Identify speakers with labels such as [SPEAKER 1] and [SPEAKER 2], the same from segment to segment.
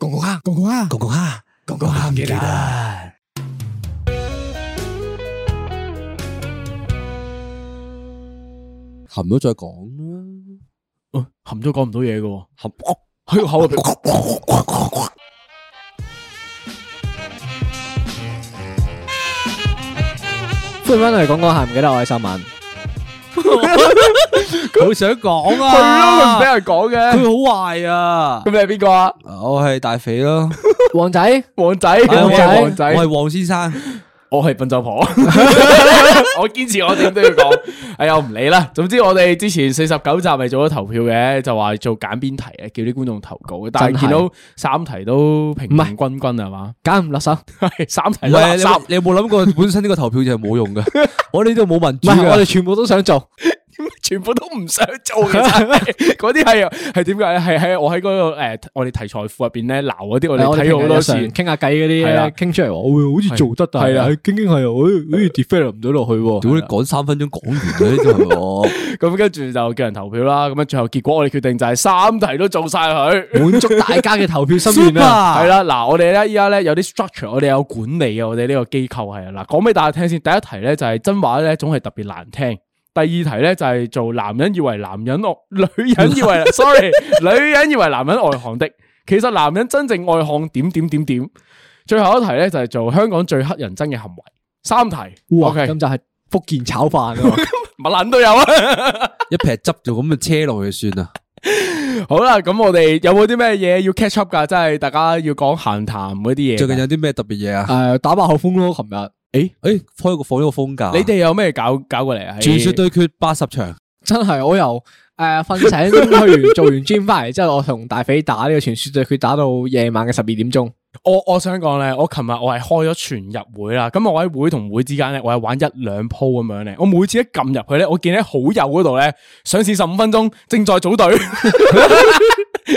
[SPEAKER 1] Kongoja, Kongoja, Kongoja, Kongoja, Kongoja.
[SPEAKER 2] 含咗再講啦。
[SPEAKER 3] 哦含咗講唔到嘢嘅喎，
[SPEAKER 2] 含
[SPEAKER 3] 喺個口入邊。
[SPEAKER 4] 欢迎翻嚟讲讲下，唔記得我係新文，好想講啊，
[SPEAKER 3] 人講嘅。
[SPEAKER 4] 佢好壞啊！
[SPEAKER 3] 咁你係邊個啊？
[SPEAKER 2] 我係大肥咯，
[SPEAKER 4] 旺仔，
[SPEAKER 3] 王仔，
[SPEAKER 2] 我
[SPEAKER 4] 王
[SPEAKER 2] 係
[SPEAKER 4] 仔
[SPEAKER 2] 王我係黃先生，
[SPEAKER 3] 我係笨酒婆。我堅持我點都要講。哎呀，我唔理啦。總之我哋之前四十九集咪做咗投票嘅，就話做揀邊題啊，叫啲觀眾投稿嘅。但
[SPEAKER 4] 真
[SPEAKER 3] 係
[SPEAKER 4] 係
[SPEAKER 3] 見到三題都平
[SPEAKER 4] 唔
[SPEAKER 3] 平
[SPEAKER 4] 係
[SPEAKER 3] 均均係嘛？
[SPEAKER 4] 揀唔落手，唔
[SPEAKER 3] 係 三題
[SPEAKER 2] 唔
[SPEAKER 3] 都
[SPEAKER 2] 係
[SPEAKER 3] 垃
[SPEAKER 2] 你
[SPEAKER 3] 圾
[SPEAKER 2] 有，你有冇諗過本身呢個投票就係冇用嘅？我呢度冇民主
[SPEAKER 4] 係我哋
[SPEAKER 2] 嘅，
[SPEAKER 4] 全部都想做，
[SPEAKER 3] 全部都唔想做嘅。真係嗰啲係啊係點解咧？係喺我喺嗰個誒我哋題材庫入邊咧鬧嗰啲，我哋
[SPEAKER 4] 啊我哋
[SPEAKER 3] 睇好多次
[SPEAKER 4] 平。日日常傾下偈嗰啲
[SPEAKER 3] 係啦
[SPEAKER 4] 咧，傾出嚟，我會好似做得，但
[SPEAKER 3] 係啦
[SPEAKER 4] 係經經係我好似 defer 唔到落去喎。
[SPEAKER 2] 屌你講三分鐘講完嘅呢度係我，
[SPEAKER 3] 咁跟住就叫人投票啦。咁樣最後結果我哋決定就係三題都做晒佢。
[SPEAKER 4] 滿足大家嘅投票心願啊！
[SPEAKER 3] 系啦，嗱，我哋咧依家咧有啲 structure，我哋有管理啊，我哋呢個機構係啊。嗱，講俾大家聽先，第一題咧就係真話咧總係特別難聽。第二題咧就係做男人以為男人外， 女人 以為，sorry，女人以為男人外行的，其實男人真正外行點點點點。最後一題咧就係做香港最黑人憎嘅行為。三題
[SPEAKER 4] 哇，
[SPEAKER 3] ，OK，
[SPEAKER 4] 咁就係福建炒飯 啊！
[SPEAKER 3] 乜撚都有啊。
[SPEAKER 2] 一劈汁就咁嘅車落去就算啦。
[SPEAKER 3] 好啦，咁我哋有冇啲咩嘢要 catch up 噶？即係大家要講閒談嗰啲嘢㗎。
[SPEAKER 2] 最近有啲咩特別嘢啊？
[SPEAKER 4] 诶，打爆口風咯，琴日
[SPEAKER 3] 诶，
[SPEAKER 2] 诶，開個放呢個風格，
[SPEAKER 3] 你哋有咩搞搞過嚟啊？喺
[SPEAKER 2] 傳說對決八十場，
[SPEAKER 4] 真係我由诶瞓醒 去完做完 gym 翻嚟之後，我同大肥打呢個傳说對決打到夜晚嘅十二點鐘。
[SPEAKER 3] 我我想講咧，我琴日我係開咗全日會啦，咁我喺會同會之間咧，我係玩一兩鋪咁樣咧，我每次一撳入去咧，我見喺好友嗰度咧，上線十五分鐘，正在組隊，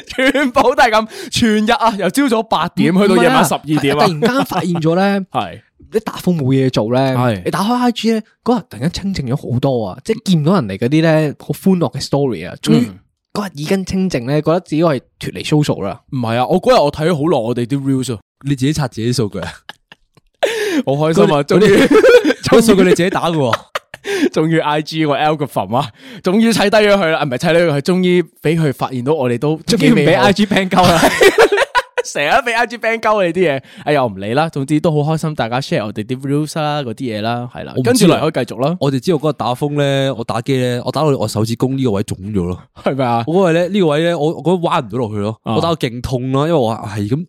[SPEAKER 3] 全部都係咁，全日啊，由朝早八點去到夜晚十二點啊
[SPEAKER 4] 突，然間發現咗咧，
[SPEAKER 3] 係
[SPEAKER 4] 你打風冇嘢做咧
[SPEAKER 3] 係，
[SPEAKER 4] 你打開 I G 咧，嗰日突然間清靜咗好多啊！即係見到人哋嗰啲咧好歡樂嘅 story
[SPEAKER 3] 嗯
[SPEAKER 4] 啊，終於嗰日已經清靜咧，覺得自己係脱離 social 啦。
[SPEAKER 3] 唔係啊？我嗰日我睇咗好耐我哋啲 reels，啊
[SPEAKER 2] 你自己刷自己數據啊，
[SPEAKER 3] 好開心啊！終於
[SPEAKER 2] 啲數據你自己打嘅喎。
[SPEAKER 3] 終於 IG 個 algorithm 啊，終於砌低咗佢啦，啊唔係砌低咗佢，終於俾佢發現到我哋都
[SPEAKER 4] 終於唔
[SPEAKER 3] 幾
[SPEAKER 4] 俾
[SPEAKER 3] 美好
[SPEAKER 4] I G 病鳩啦，
[SPEAKER 3] 成日都俾 I G band 鳩你啲嘢，哎呀我唔理啦，總之都好開心，大家 share 我哋啲 reels 啦，嗰啲嘢啦，係啦
[SPEAKER 2] 我，唔知
[SPEAKER 3] 跟住嚟
[SPEAKER 2] 啊
[SPEAKER 3] 可以繼續啦，
[SPEAKER 2] 我哋知道嗰日打風咧，我打機咧，我打到我手指公呢個位腫咗咯。
[SPEAKER 3] 係咪啊？
[SPEAKER 2] 我嗰位咧呢個位咧，我我覺得彎唔到落去咯，
[SPEAKER 3] 啊
[SPEAKER 2] 我打到勁痛啦，因為我係咁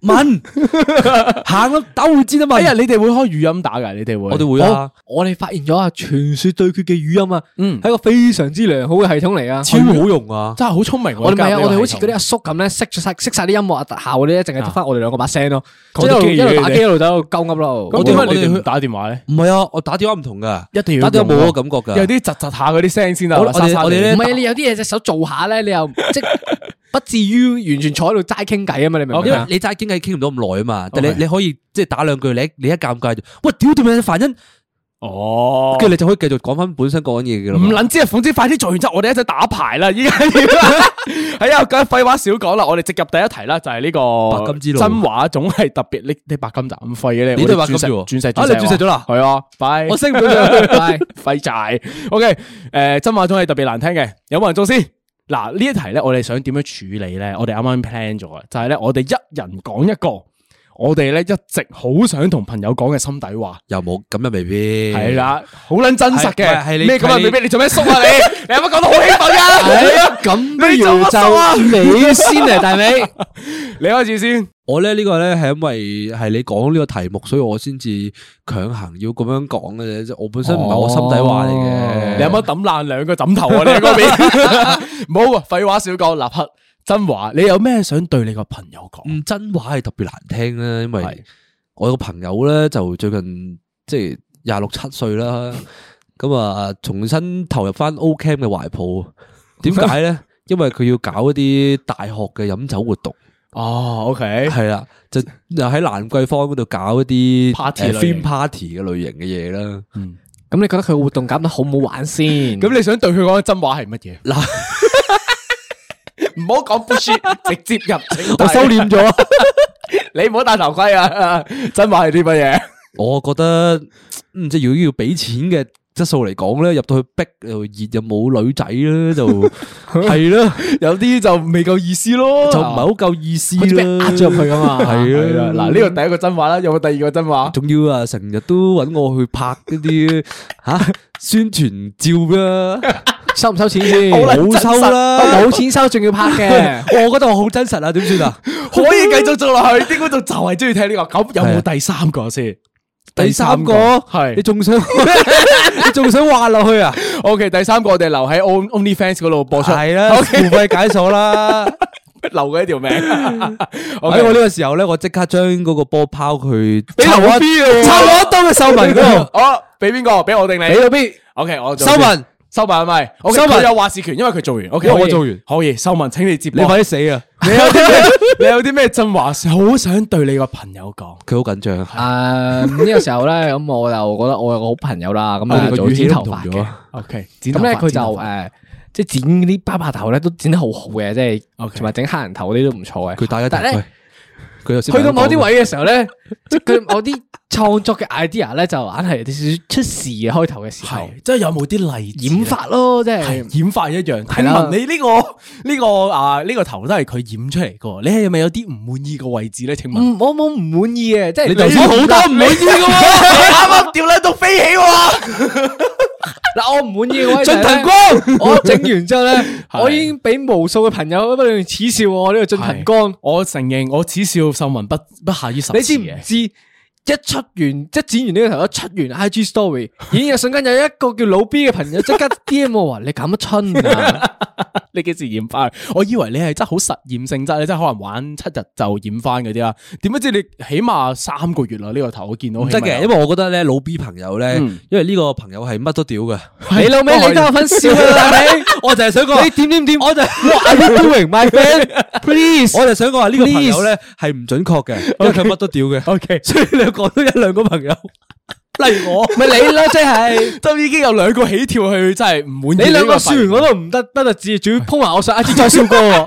[SPEAKER 2] 問 行啦，打會知啊嘛
[SPEAKER 3] 哎。呀，你哋會開語音打㗎？你哋會？哦
[SPEAKER 2] 我哋會啊，
[SPEAKER 4] 我哋發現咗啊，傳說對決嘅語音啊，
[SPEAKER 3] 嗯
[SPEAKER 4] 係一個非常之良好嘅系統嚟啊。
[SPEAKER 2] 超好用啊！
[SPEAKER 3] 真係好聰明喎，
[SPEAKER 4] 我哋唔係
[SPEAKER 3] 呢
[SPEAKER 4] 啊，
[SPEAKER 3] 個
[SPEAKER 4] 我哋好似
[SPEAKER 3] 系
[SPEAKER 4] 嗰
[SPEAKER 3] 統
[SPEAKER 4] 啲阿叔咁咧，熄咗晒熄晒啲音樂啊特效嗰啲咧，淨係得翻我哋兩個把聲咯。
[SPEAKER 3] 講
[SPEAKER 4] 即係
[SPEAKER 3] 啲
[SPEAKER 4] 一
[SPEAKER 3] 機
[SPEAKER 4] 路
[SPEAKER 3] 嘢
[SPEAKER 4] 一路打
[SPEAKER 3] 你
[SPEAKER 4] 機一路喺度鳩噏咯。
[SPEAKER 2] 我
[SPEAKER 3] 咁
[SPEAKER 2] 哋
[SPEAKER 3] 點
[SPEAKER 4] 我
[SPEAKER 3] 解你
[SPEAKER 2] 我哋
[SPEAKER 3] 哋
[SPEAKER 2] 去
[SPEAKER 3] 唔打電話咧？
[SPEAKER 2] 唔係啊，我打電話唔同噶，
[SPEAKER 3] 一定要
[SPEAKER 2] 打電話冇嗰個
[SPEAKER 3] 用啊
[SPEAKER 2] 感覺噶。
[SPEAKER 3] 有啲窒窒下嗰啲聲先啊，
[SPEAKER 2] 我
[SPEAKER 3] 嗱沙沙
[SPEAKER 2] 我哋
[SPEAKER 3] 地
[SPEAKER 2] 咧
[SPEAKER 4] 唔係啊你有啲嘢隻手做下咧，你又 即係不至於完全坐喺度齋傾偈啊嘛？你
[SPEAKER 3] 哦
[SPEAKER 4] 明唔
[SPEAKER 2] 因
[SPEAKER 4] 明
[SPEAKER 2] 為
[SPEAKER 4] 啊？
[SPEAKER 2] 你齋傾偈傾唔到咁耐啊嘛，但你
[SPEAKER 3] OK
[SPEAKER 2] 你可以即係打兩句，你你一尷尬就，喂屌點樣凡恩，
[SPEAKER 3] 哦
[SPEAKER 2] 跟住你就可以繼續講翻本身講緊嘢嘅啦
[SPEAKER 3] 唔
[SPEAKER 2] 嘛。
[SPEAKER 3] 撚知啊，總之快啲做完之後，我哋一齊打牌啦！依家 係啊，咁廢話少講啦，我哋直入第一題啦，就係呢個
[SPEAKER 2] 白金之路
[SPEAKER 3] 真話總係特別，你你白金就咁廢嘅你，
[SPEAKER 2] 你都係
[SPEAKER 3] 我
[SPEAKER 2] 白
[SPEAKER 3] 哋
[SPEAKER 2] 金
[SPEAKER 3] 鑽石
[SPEAKER 2] 啫喎
[SPEAKER 3] 鑽石
[SPEAKER 2] 啊你鑽石咗啦
[SPEAKER 3] 係啊，拜
[SPEAKER 2] 我升唔 到
[SPEAKER 3] 啊
[SPEAKER 2] 咗，
[SPEAKER 4] 係
[SPEAKER 3] 廢柴。OK，誒真話總係特別難聽嘅，有冇人做先？嗱呢一題咧，我哋想點樣處理咧？我哋啱啱 plan 咗嘅，就係咧，我哋一人講一個，我哋咧一直好想同朋友講嘅心底話。
[SPEAKER 2] 又冇咁又未必
[SPEAKER 3] 系。啦，好捻真實
[SPEAKER 2] 係係
[SPEAKER 3] 嘅，
[SPEAKER 2] 你
[SPEAKER 3] 咩咁啊？
[SPEAKER 2] 係你
[SPEAKER 3] 未必你做咩縮啊你？你有乜講得好興奮
[SPEAKER 4] 係
[SPEAKER 3] 啊？
[SPEAKER 4] 咁
[SPEAKER 3] 你做乜手啊
[SPEAKER 4] 不如就你先
[SPEAKER 2] 啊
[SPEAKER 4] 嚟，大尾。
[SPEAKER 3] 你開始先，
[SPEAKER 2] 我咧呢個咧係因為係你講呢個題目，所以我先至強行要咁樣講嘅啫。即係我本身唔係
[SPEAKER 3] 哦
[SPEAKER 2] 我心底話嚟嘅。
[SPEAKER 3] 你有乜抌爛兩個枕頭啊？你喺嗰邊，唔好啊！廢話少講，立刻真话，你有咩想对你个朋友讲？
[SPEAKER 2] 嗯，真話係特別難聽啦，因為
[SPEAKER 3] 係
[SPEAKER 2] 我有個朋友咧就最近即係廿六七歲啦，咁啊重新投入翻 O Cam 嘅懷抱。點解 咧？因為佢要搞一啲大學嘅飲酒活動，
[SPEAKER 3] 哦，OK，
[SPEAKER 2] 係啦，就就喺蘭桂坊嗰度搞一啲
[SPEAKER 3] Party 類
[SPEAKER 2] f i
[SPEAKER 3] 型
[SPEAKER 2] m party 嘅類型嘅嘢啦。
[SPEAKER 4] 咁你覺得佢活動搞得好唔好玩先？
[SPEAKER 3] 咁你想对佢讲真话系乜嘢？
[SPEAKER 2] 嗱，
[SPEAKER 3] 唔好讲 bush，直接入正題
[SPEAKER 4] 我收斂咗。
[SPEAKER 3] 你唔好戴头盔啊！ 真话系啲乜嘢？
[SPEAKER 2] 我覺得嗯，即係如果要俾錢嘅質素嚟講咧，入到去逼又熱又冇女仔咧， 就係啦。
[SPEAKER 3] 有啲就未够意思咯，
[SPEAKER 2] 就唔係好夠意思啦，
[SPEAKER 4] 好似俾人呃咗入去㗎嘛
[SPEAKER 2] 係
[SPEAKER 3] 係
[SPEAKER 2] 啊，
[SPEAKER 3] 啦。嗱，呢個第一個真話啦，有冇第二個真 話？
[SPEAKER 2] 仲要啊，成日都揾我去拍一啲吓宣傳照噶，
[SPEAKER 4] 收唔收錢先？
[SPEAKER 2] 好撚收啦
[SPEAKER 4] 冇錢收仲要拍嘅。
[SPEAKER 2] 我覺得我好真實啊，點算啊？
[SPEAKER 3] 可以繼續做落去， 啲觀眾就係中意聽呢個。咁有冇第三個先？
[SPEAKER 2] 第三個
[SPEAKER 3] 係
[SPEAKER 2] 你仲想你仲想話落 去啊？
[SPEAKER 3] OK，第三個我哋留喺 On- OnlyFans 嗰度播出，
[SPEAKER 2] 係啦， 付費解鎖啦。
[SPEAKER 3] 留佢一條命。
[SPEAKER 2] 喺
[SPEAKER 3] OK，
[SPEAKER 2] 我呢個時候咧，我即刻將嗰個波拋去
[SPEAKER 3] 俾
[SPEAKER 2] 插
[SPEAKER 3] 劉
[SPEAKER 2] 我
[SPEAKER 3] B 啊
[SPEAKER 2] 插我一刀嘅秀文嗰度，
[SPEAKER 3] 好，俾邊個？俾我定你？
[SPEAKER 2] 俾到 B
[SPEAKER 3] OK，我做
[SPEAKER 2] 秀文，
[SPEAKER 3] 收文係咪？我
[SPEAKER 2] 收文
[SPEAKER 3] 佢有話事權，因為佢做完。OK，
[SPEAKER 2] 我做完
[SPEAKER 3] 可以。收文，請你接波。
[SPEAKER 2] 你快啲死啊！
[SPEAKER 3] 你有啲咩？你有啲咩真話好想對你個朋友講？
[SPEAKER 2] 佢好緊張，啊
[SPEAKER 4] 诶，呢個時候咧，咁我就覺得我有個好朋友啦，咁
[SPEAKER 2] 我哋
[SPEAKER 4] 佢
[SPEAKER 2] 個
[SPEAKER 4] 做
[SPEAKER 2] 語氣
[SPEAKER 4] 剪
[SPEAKER 2] 都
[SPEAKER 4] 頭
[SPEAKER 2] 唔同
[SPEAKER 4] 髮
[SPEAKER 2] 啊咗
[SPEAKER 4] 嘅。。
[SPEAKER 3] OK，
[SPEAKER 4] 咁咧佢就诶，即係剪啲巴巴頭咧都剪得好好嘅，即係
[SPEAKER 3] OK
[SPEAKER 4] 同埋整黑人頭嗰啲都唔錯嘅。
[SPEAKER 2] 佢戴咗頭
[SPEAKER 4] 但
[SPEAKER 2] 盔
[SPEAKER 4] 係咧，
[SPEAKER 2] 佢又先
[SPEAKER 4] 去到某
[SPEAKER 2] 講
[SPEAKER 4] 啲位嘅時候咧，即係佢某啲創作嘅 idea 咧就硬係有啲少少出事嘅開頭嘅時候，
[SPEAKER 3] 系，即系有冇啲例子
[SPEAKER 4] 染法咯，即啊係。
[SPEAKER 3] 系染发一樣。聽
[SPEAKER 4] 啦
[SPEAKER 3] 聞你呢個呢個啊呢個頭都係佢染出嚟噶，你係咪有啲唔滿意嘅位置咧？請問
[SPEAKER 4] 唔，我冇唔滿意嘅，即係
[SPEAKER 2] 你頭先好多唔滿意 嘅喎，
[SPEAKER 3] 啱啱掉兩到飛起喎，
[SPEAKER 4] 嗱，我唔滿意嘅位就
[SPEAKER 2] 進
[SPEAKER 4] 係
[SPEAKER 2] 藤
[SPEAKER 4] 咧，
[SPEAKER 2] 光。
[SPEAKER 4] 我整完之後咧，我已經俾無數嘅朋友不斷恥笑我呢個進藤光，
[SPEAKER 3] 我承認我此笑秀文不不下於十
[SPEAKER 4] 你
[SPEAKER 3] 次
[SPEAKER 4] 知唔
[SPEAKER 3] 嘅。
[SPEAKER 4] 知？一出完即係剪完呢個頭，一出完 IG Story，已經有瞬間有一個叫老 B 嘅朋友即刻 DM 我話：你搞乜春啊？
[SPEAKER 3] 你幾時染翻？我以為你係真係好實驗性質，你真係可能玩七日就染翻嗰啲啦。點不知你起碼三個月啦？呢個頭我見到
[SPEAKER 2] 唔 得嘅，因為我覺得咧老 B 朋友咧，因為呢個朋友係乜都屌嘅，
[SPEAKER 4] 你老味你都有份笑㗎啦，你
[SPEAKER 2] 我就係想講，
[SPEAKER 4] 你點點點
[SPEAKER 2] 我就
[SPEAKER 4] What are you doing, my friend? Please，
[SPEAKER 2] 我就想講話呢個朋友咧係唔準確 嘅，因為佢乜都屌嘅，
[SPEAKER 3] OK，
[SPEAKER 2] 所以你講到一兩個朋友，例如我，
[SPEAKER 4] 咪你啦，即係。
[SPEAKER 3] 就已經有兩個起跳去，真係唔滿意呢個
[SPEAKER 4] 你兩個
[SPEAKER 3] 發
[SPEAKER 4] 笑
[SPEAKER 3] 言。
[SPEAKER 4] 完我都唔得，不特止，仲要鋪埋我上 IG 再笑過 喎。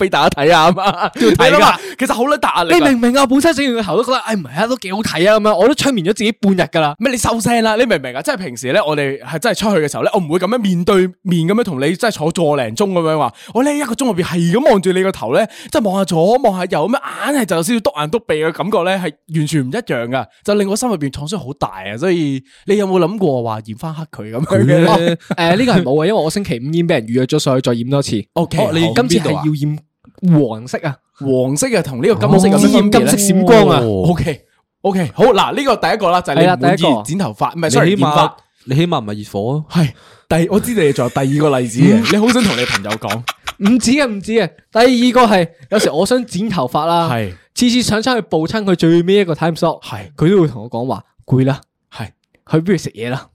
[SPEAKER 3] 俾大家睇下啊嘛，要
[SPEAKER 4] 睇㗎
[SPEAKER 3] 睇噶。其實好撚大壓力㗎。
[SPEAKER 4] 你明唔明啊？本身整完個頭都覺得，哎唔係啊，都幾好睇啊咁樣，我都催眠咗自己半日㗎啦。
[SPEAKER 3] 咩？你收聲啦！你明唔明啊？即係平時咧，我哋係真係出去嘅時候咧，我唔會咁樣面對面咁樣同你，真係坐坐零鐘咁樣話。我呢一個鐘入邊係咁望住你個頭咧，即係望下左望下右咁樣，硬係就有少少篤眼篤鼻嘅感覺咧，係完全唔一樣噶，就令我心入邊創傷好大啊！所以你有冇諗過話染翻黑佢咁樣 嘅
[SPEAKER 2] 佢
[SPEAKER 3] 呢？
[SPEAKER 2] 咧
[SPEAKER 4] 誒呢個係冇啊嘅，因為我星期五已經俾人預約咗上去再染多次。
[SPEAKER 3] OK，
[SPEAKER 4] 哦你
[SPEAKER 3] 好
[SPEAKER 4] 今次
[SPEAKER 3] 邊度啊
[SPEAKER 4] 係要染黃色啊？
[SPEAKER 3] 黃色嘅同呢個金色咁樣分別
[SPEAKER 4] 金
[SPEAKER 3] 咧
[SPEAKER 4] 色閃光啊！
[SPEAKER 2] 哦
[SPEAKER 3] O K O K，好嗱，呢個第一個啦，就係你
[SPEAKER 4] 係啦
[SPEAKER 3] 唔滿
[SPEAKER 4] 第一個
[SPEAKER 3] 意剪頭髮，唔係
[SPEAKER 2] 你
[SPEAKER 3] sorry
[SPEAKER 2] 起
[SPEAKER 3] 染髮
[SPEAKER 2] 碼。你起碼唔係熱火啊，
[SPEAKER 3] 系第，我知你仲有第二個例子嘅，你好想同你朋友講，
[SPEAKER 4] 唔止啊，唔止啊。第二個係有時我想剪頭髮啦，
[SPEAKER 3] 係
[SPEAKER 4] 次次想出去報親佢最尾一個 time slot，
[SPEAKER 3] 係
[SPEAKER 4] 佢都會同我講話攰啦，
[SPEAKER 3] 係
[SPEAKER 4] 去不如食嘢啦。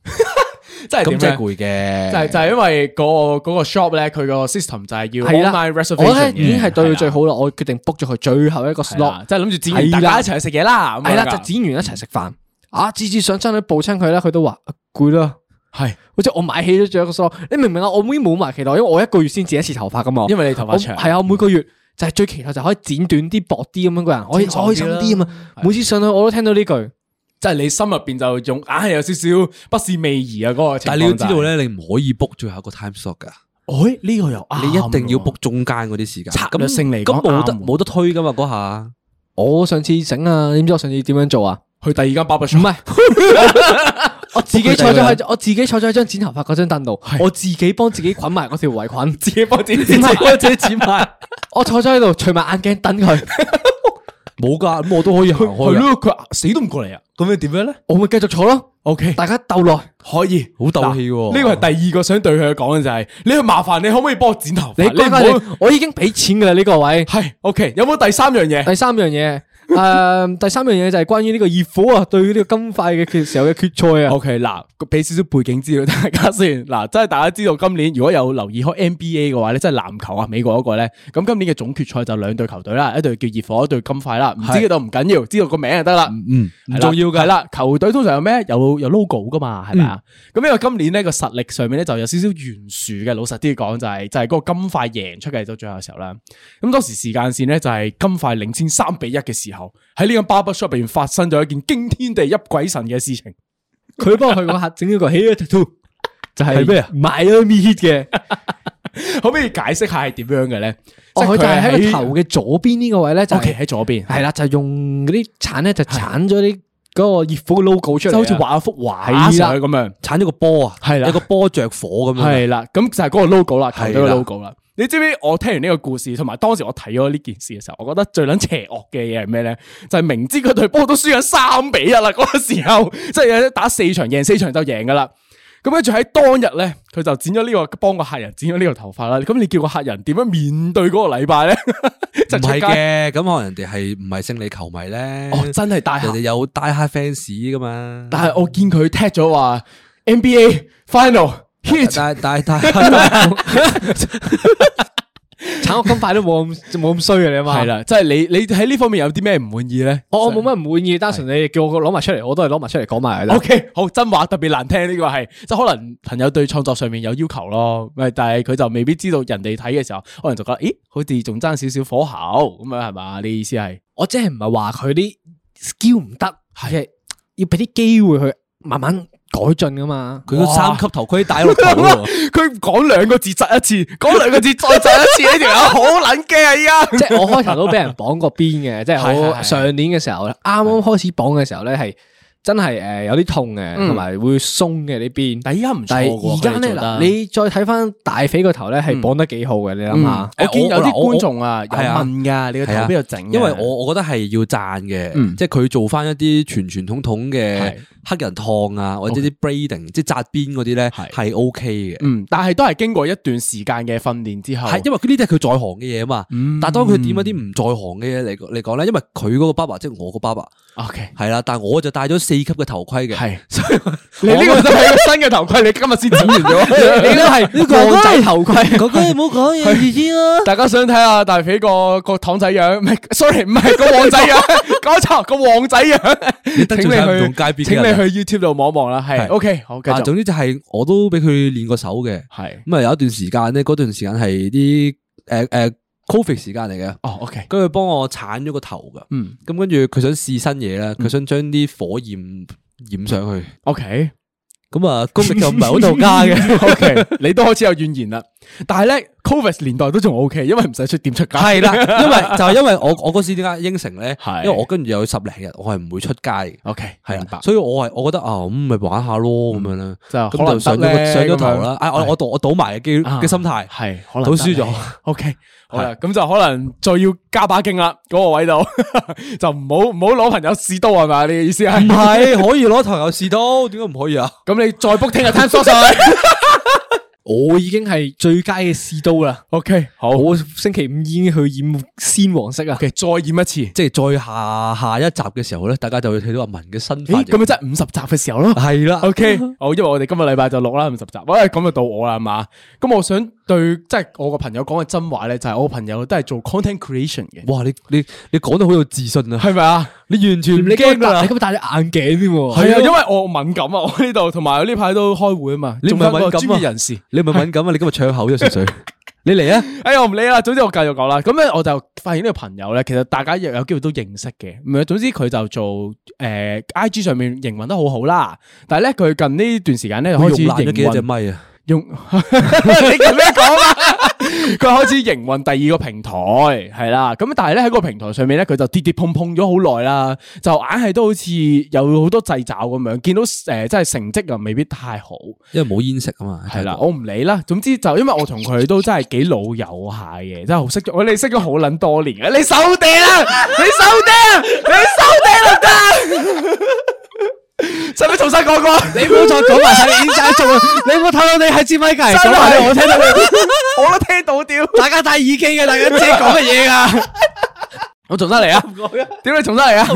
[SPEAKER 3] 真係
[SPEAKER 2] 咁
[SPEAKER 3] 點
[SPEAKER 2] 即係
[SPEAKER 3] 咧？
[SPEAKER 2] 攰嘅，
[SPEAKER 3] 就係就係因為嗰個嗰個 shop 咧，佢個 system 就係
[SPEAKER 4] 係
[SPEAKER 3] 要
[SPEAKER 4] 啦
[SPEAKER 3] online
[SPEAKER 4] 我咧
[SPEAKER 3] reservation
[SPEAKER 4] 已經嗯係對佢最
[SPEAKER 3] 嘅
[SPEAKER 4] 好啦，我決定 book 咗佢最後一個
[SPEAKER 3] 係啦
[SPEAKER 4] slot，
[SPEAKER 3] 即係諗住剪完
[SPEAKER 4] 係
[SPEAKER 3] 大
[SPEAKER 4] 啦
[SPEAKER 3] 家一齊去食嘢啦，咁樣啊
[SPEAKER 4] 係啦，
[SPEAKER 3] 㗎
[SPEAKER 4] 就剪完一齊食飯。啊，次次想真去報親佢咧，佢都話啊攰啦。
[SPEAKER 3] 係
[SPEAKER 4] 好似我買起咗最後一個 slot，你明唔明啊？我妹冇埋期待，因為我一個月先剪一次頭髮噶嘛。
[SPEAKER 3] 因為你頭髮長
[SPEAKER 4] 系啊，我每個月就係最期待就可以剪短啲、薄啲咁樣個人，可以
[SPEAKER 3] 清爽
[SPEAKER 4] 開
[SPEAKER 3] 啲
[SPEAKER 4] 心
[SPEAKER 3] 啦
[SPEAKER 4] 啲啊嘛。每次上去我都聽到呢句，
[SPEAKER 3] 即係你心入邊就用硬係有少少不是味兒啊嗰個情況。
[SPEAKER 2] 但係你要知道，咧，你唔可以 book 最後一個 time slot 噶，
[SPEAKER 3] 哎呢個又啱
[SPEAKER 2] 你一定要
[SPEAKER 3] 喎
[SPEAKER 2] book 中間嗰啲時間，
[SPEAKER 3] 策
[SPEAKER 2] 咁
[SPEAKER 3] 略性嚟
[SPEAKER 2] 咁
[SPEAKER 3] 講
[SPEAKER 2] 冇得
[SPEAKER 3] 啱喎
[SPEAKER 2] 冇得推噶嘛嗰下，
[SPEAKER 4] 我上次整啊，你知唔知我上次點樣做啊？
[SPEAKER 3] 去第二間 barber
[SPEAKER 4] 唔
[SPEAKER 3] shop，
[SPEAKER 4] 係， 我自己坐咗喺我自己坐咗喺張剪頭髮嗰張凳度，我自己幫自己捆埋嗰條圍 裙，
[SPEAKER 3] 自己幫自己
[SPEAKER 4] 唔
[SPEAKER 3] 剪
[SPEAKER 4] 係我 自己剪埋，我坐咗喺度除埋眼鏡等佢，
[SPEAKER 2] 冇噶，咁我都可以行
[SPEAKER 3] 係
[SPEAKER 2] 開㗎。
[SPEAKER 3] 咯，佢死都唔過嚟啊！咁樣點樣咧？
[SPEAKER 4] 我咪繼續坐咯。
[SPEAKER 3] O K，
[SPEAKER 4] 大家鬥耐，
[SPEAKER 3] 可以，
[SPEAKER 2] 好鬥氣喎
[SPEAKER 3] 嗱呢個係第二個想對佢講嘅就係，你去麻煩你可唔可以幫我剪頭
[SPEAKER 4] 你
[SPEAKER 3] 髮？
[SPEAKER 4] 乖乖
[SPEAKER 3] 唔
[SPEAKER 4] 哋，我已經俾錢噶啦呢個 位。
[SPEAKER 3] 好係 O K，有冇第三樣嘢？
[SPEAKER 4] 第三樣嘢，诶，第三樣嘢就係關於呢個熱火啊，對呢個金塊嘅決時候嘅決賽啊
[SPEAKER 3] O。K，嗱，俾少少背景資料大家先。嗱，真係大家知道今年如果有留意開 N B A 嘅話咧，即係籃球啊，美國嗰個咧，咁今年嘅總決賽就兩隊球隊啦，一隊叫熱火，一隊金塊啦。唔知道唔緊要，知道個名就得啦。
[SPEAKER 2] 嗯，唔重要
[SPEAKER 3] 係
[SPEAKER 2] 噶。
[SPEAKER 3] 啦，球隊通常有咩？有有 logo 噶嘛，係咪啊？
[SPEAKER 2] 嗯
[SPEAKER 3] 咁因為今年呢個實力上面咧就有少少懸殊嘅，老實啲講就係就係嗰個金塊贏出嘅到最後嘅時候啦。咁當時時間線咧就係金塊領先三比一嘅時候，喺呢個 barber shop 入邊發生咗一件驚天地泣鬼神嘅事情。
[SPEAKER 4] 佢幫佢個客整咗個 hair tattoo，就係
[SPEAKER 2] 係咩啊
[SPEAKER 4] ？Miami Heat 嘅，
[SPEAKER 3] 可唔可以解釋下係點樣嘅咧？
[SPEAKER 4] 哦，佢就係喺個
[SPEAKER 3] 喺
[SPEAKER 4] 頭嘅左邊呢個位咧，就
[SPEAKER 3] OK
[SPEAKER 4] 係
[SPEAKER 3] 喺左邊，
[SPEAKER 4] 係啦，就用嗰啲鏟咧就鏟咗啲嗰個熱火嘅 logo
[SPEAKER 3] 即
[SPEAKER 4] 出
[SPEAKER 3] 係
[SPEAKER 4] 嚟啊，
[SPEAKER 3] 好似畫一幅畫
[SPEAKER 4] 係啦
[SPEAKER 3] 上去咁樣。
[SPEAKER 2] 鏟咗個波啊，
[SPEAKER 3] 係啦
[SPEAKER 2] 有個波着火咁樣。
[SPEAKER 3] 系啦，咁就係嗰個 logo 啦，球隊
[SPEAKER 2] 係
[SPEAKER 3] 嘅
[SPEAKER 2] 啦
[SPEAKER 3] logo 啦。你知唔知我聽完呢個故事，同埋當時我睇咗呢件事嘅時候，我覺得最撚邪惡嘅嘢係咩咧？就係明知佢隊波都輸緊三比一啦，嗰、個時候 即係打四場贏四場就贏噶啦。咁跟住喺當日咧，佢就剪咗呢、個幫個客人剪咗呢個頭髮啦。咁你叫個客人點樣面對嗰個禮拜咧？ 就
[SPEAKER 2] 唔
[SPEAKER 3] 出
[SPEAKER 2] 係
[SPEAKER 3] 街
[SPEAKER 2] 嘅，咁可能人哋係唔係勝利球迷咧？
[SPEAKER 3] 哦，真係大
[SPEAKER 2] 人
[SPEAKER 3] 客
[SPEAKER 2] 哋。有 die hard fans 噶嘛？
[SPEAKER 3] 但係我見佢踢咗話 NBA final hit，
[SPEAKER 2] 但 但但係
[SPEAKER 4] 鏟我金塊都冇咁冇咁衰啊！你嘛
[SPEAKER 3] 係，啦，即係你你喺呢方面有啲咩唔滿意咧？
[SPEAKER 4] 我我冇乜唔滿意，單純你叫我攞埋出嚟，我都係攞埋出嚟講埋佢
[SPEAKER 3] O、
[SPEAKER 4] 啦。
[SPEAKER 3] k 好真話特別難聽呢個係，即係可能朋友對創作上面有要求咯，咪但係佢就未必知道人哋睇嘅時候，可能就覺得，咦，好似仲爭少少火候咁樣係
[SPEAKER 4] 啊
[SPEAKER 3] 嘛？你意思係？
[SPEAKER 4] 我即係唔係話佢啲 skill 唔得，係要俾啲機會佢慢慢改進噶嘛。
[SPEAKER 2] 佢個三級頭盔戴落頭 喎，
[SPEAKER 3] 佢講兩個字窒一次，講兩個字再窒一次，呢條友好撚驚啊！依家
[SPEAKER 4] 即係我開頭都俾人綁 過邊嘅，即係
[SPEAKER 3] 係係
[SPEAKER 4] 我
[SPEAKER 3] 係
[SPEAKER 4] 上年嘅時候咧，啱啱開始綁嘅時候咧，係真係誒有啲痛嘅，同埋會鬆嘅呢邊。
[SPEAKER 3] 嗯但係依哎家唔錯
[SPEAKER 4] 但係
[SPEAKER 3] 喎
[SPEAKER 4] 而家
[SPEAKER 3] 佢哋
[SPEAKER 4] 咧，
[SPEAKER 3] 做得嗯
[SPEAKER 4] 嗱你再睇翻大肥個頭咧，係綁得幾好嘅，你諗下。
[SPEAKER 3] 我見有啲
[SPEAKER 2] 嗱我
[SPEAKER 3] 觀眾啊有
[SPEAKER 2] 係啊
[SPEAKER 3] 問㗎，你個頭
[SPEAKER 2] 係啊
[SPEAKER 3] 邊度整嘅？
[SPEAKER 2] 因為我我覺得係要讚嘅，即係佢做翻一啲傳傳統統嘅
[SPEAKER 3] 嗯係
[SPEAKER 2] 黑人燙啊，或者啲 braiding 即係紮邊嗰啲咧
[SPEAKER 3] 係
[SPEAKER 2] 係 OK 嘅。
[SPEAKER 3] 嗯，但係都係經過一段時間嘅訓練之後，
[SPEAKER 2] 係，因為呢啲係佢在行嘅嘢啊嘛。
[SPEAKER 3] 嗯
[SPEAKER 2] 但係當佢點一啲唔在行嘅嘢嚟嚟講咧，因為佢嗰個爸爸即係我個爸爸
[SPEAKER 3] OK。
[SPEAKER 2] 係啦，但係我就戴咗四級嘅頭盔嘅。
[SPEAKER 3] 係
[SPEAKER 2] 所以我，
[SPEAKER 3] 你呢個都係一個新嘅頭盔，你今日先剪完咗。
[SPEAKER 4] 你都係呢個
[SPEAKER 2] 哥
[SPEAKER 4] 仔頭盔。
[SPEAKER 2] 哥哥你唔好講嘢，意思啦。
[SPEAKER 3] 大家想睇下大肥個個糖仔樣，唔係，sorry，唔係個旺仔樣， 講錯個旺仔樣。
[SPEAKER 2] 得
[SPEAKER 3] 請
[SPEAKER 2] 罪晒唔同界
[SPEAKER 3] 你
[SPEAKER 2] 別
[SPEAKER 3] 去，
[SPEAKER 2] 嘅
[SPEAKER 3] 請
[SPEAKER 2] 人啊
[SPEAKER 3] 你去 YouTube 度望一望啦。係
[SPEAKER 2] 係
[SPEAKER 3] ，OK，好，繼
[SPEAKER 2] 啊，
[SPEAKER 3] 續。
[SPEAKER 2] 總之就係我都俾佢練過手嘅。
[SPEAKER 3] 係，
[SPEAKER 2] 咁啊有一段時間咧，嗰段時間係啲誒誒 Covid 時間嚟嘅，
[SPEAKER 3] 哦，OK，
[SPEAKER 2] 跟住幫我鏟咗個頭噶。
[SPEAKER 3] 嗯
[SPEAKER 2] 咁跟住佢想試新嘢啦，佢想將啲火焰染上去。
[SPEAKER 3] ，OK。
[SPEAKER 2] 咁啊功 力就唔係好到 家嘅。
[SPEAKER 3] O K，你都開始有怨言啦。但係咧，Covid 年代都仲 O K，因為唔使出店出 街。
[SPEAKER 2] 係啦，因 為就係因為我我嗰時點解應承咧
[SPEAKER 3] 係？
[SPEAKER 2] 因為我跟住有十零日，我係唔會出街嘅。
[SPEAKER 3] ，O K，
[SPEAKER 2] 係啊
[SPEAKER 3] 明白
[SPEAKER 2] 啦，。所以我係我覺得啊，咁咪玩下咯咁樣啦，
[SPEAKER 3] 就可
[SPEAKER 2] 咁
[SPEAKER 3] 能
[SPEAKER 2] 就上咗
[SPEAKER 3] 得
[SPEAKER 2] 個
[SPEAKER 3] 咧
[SPEAKER 2] 上咗
[SPEAKER 3] 咁樣啊
[SPEAKER 2] 頭啦。啊，我我賭我賭埋嘅機嘅心態
[SPEAKER 3] 係可能
[SPEAKER 2] 賭輸
[SPEAKER 3] 得
[SPEAKER 2] 咗
[SPEAKER 3] 咧。OK，好啦，咁就可能再要加把勁啦，嗰個位度 就唔好唔好攞朋友試刀係咪？你嘅意思
[SPEAKER 2] 唔
[SPEAKER 3] 係？
[SPEAKER 2] 係可以攞頭有士刀，點解唔可以啊？
[SPEAKER 3] 嗯咁你再 book 聽日 time slot 上去。
[SPEAKER 4] 我已經係最佳嘅試刀啦。
[SPEAKER 3] OK，好
[SPEAKER 4] 我星期五已經去染鮮黃色啊。
[SPEAKER 3] ，OK，再染一次。
[SPEAKER 2] 即係再下下一集嘅時候咧，大家就會睇到阿文嘅新
[SPEAKER 3] 咦，
[SPEAKER 2] 髮
[SPEAKER 3] 咁
[SPEAKER 2] 型。
[SPEAKER 3] 咪真係五十集嘅時候咯。
[SPEAKER 2] 係啦
[SPEAKER 3] OK，好，因為我哋今個禮拜就錄啦五十集，喂，咁就到我啦，係嘛？咁我想對，即係我個朋友講嘅真話咧，就係我朋友都係做 content creation 嘅，
[SPEAKER 2] 哇！你你你講得好有自信 啊！
[SPEAKER 3] 係咪啊？
[SPEAKER 2] 你完全唔
[SPEAKER 4] 你今日
[SPEAKER 2] 驚噶
[SPEAKER 4] 戴
[SPEAKER 2] 啦，
[SPEAKER 4] 你今日戴咗眼鏡添喎。
[SPEAKER 3] 係啊，因為我敏感啊，我呢度同埋我呢排都開會啊嘛，
[SPEAKER 2] 你唔係
[SPEAKER 3] 仲有
[SPEAKER 2] 敏
[SPEAKER 3] 一個
[SPEAKER 2] 感啊
[SPEAKER 3] 專業人士。
[SPEAKER 2] 你咪敏感啊！你今日唱口啫，純粹。你嚟啊！
[SPEAKER 3] 哎呀，我唔理啦，總之我繼續講啦。咁咧，我就發現呢個朋友咧，其實大家有有機會都認識嘅。唔係，總之佢就做誒、呃 IG 上面營運得好好啦。但係咧，佢近呢段時間咧
[SPEAKER 2] 我
[SPEAKER 3] 開
[SPEAKER 2] 用
[SPEAKER 3] 始
[SPEAKER 2] 爛
[SPEAKER 3] 營
[SPEAKER 2] 咗幾多隻
[SPEAKER 3] 運，
[SPEAKER 2] 咪啊？
[SPEAKER 3] 用你做咩講啊？佢開始營運第二個平台，係啦。咁但係咧喺個平台上面咧，佢就跌跌碰碰咗好耐啦，就硬係都好似有好多掣肘咁樣。見到誒、呃，真係成績又未必太好。
[SPEAKER 2] 因為冇煙食啊嘛。
[SPEAKER 3] 系啦，我唔理啦。總之就因為我同佢都真係幾老友下嘅，真係好識咗。我哋識咗好撚多年嘅。 你 收嗲啦！你收嗲！你收嗲啦！得！使唔使重新講過？
[SPEAKER 4] 你唔好再講埋晒你點解做啊？你冇睇到你喺支咪隔離講埋俾我聽到你，
[SPEAKER 3] 我都聽到屌！
[SPEAKER 4] 大家戴耳機嘅，大家 知講乜嘢噶？
[SPEAKER 3] 我重新嚟啊！屌你重新嚟啊！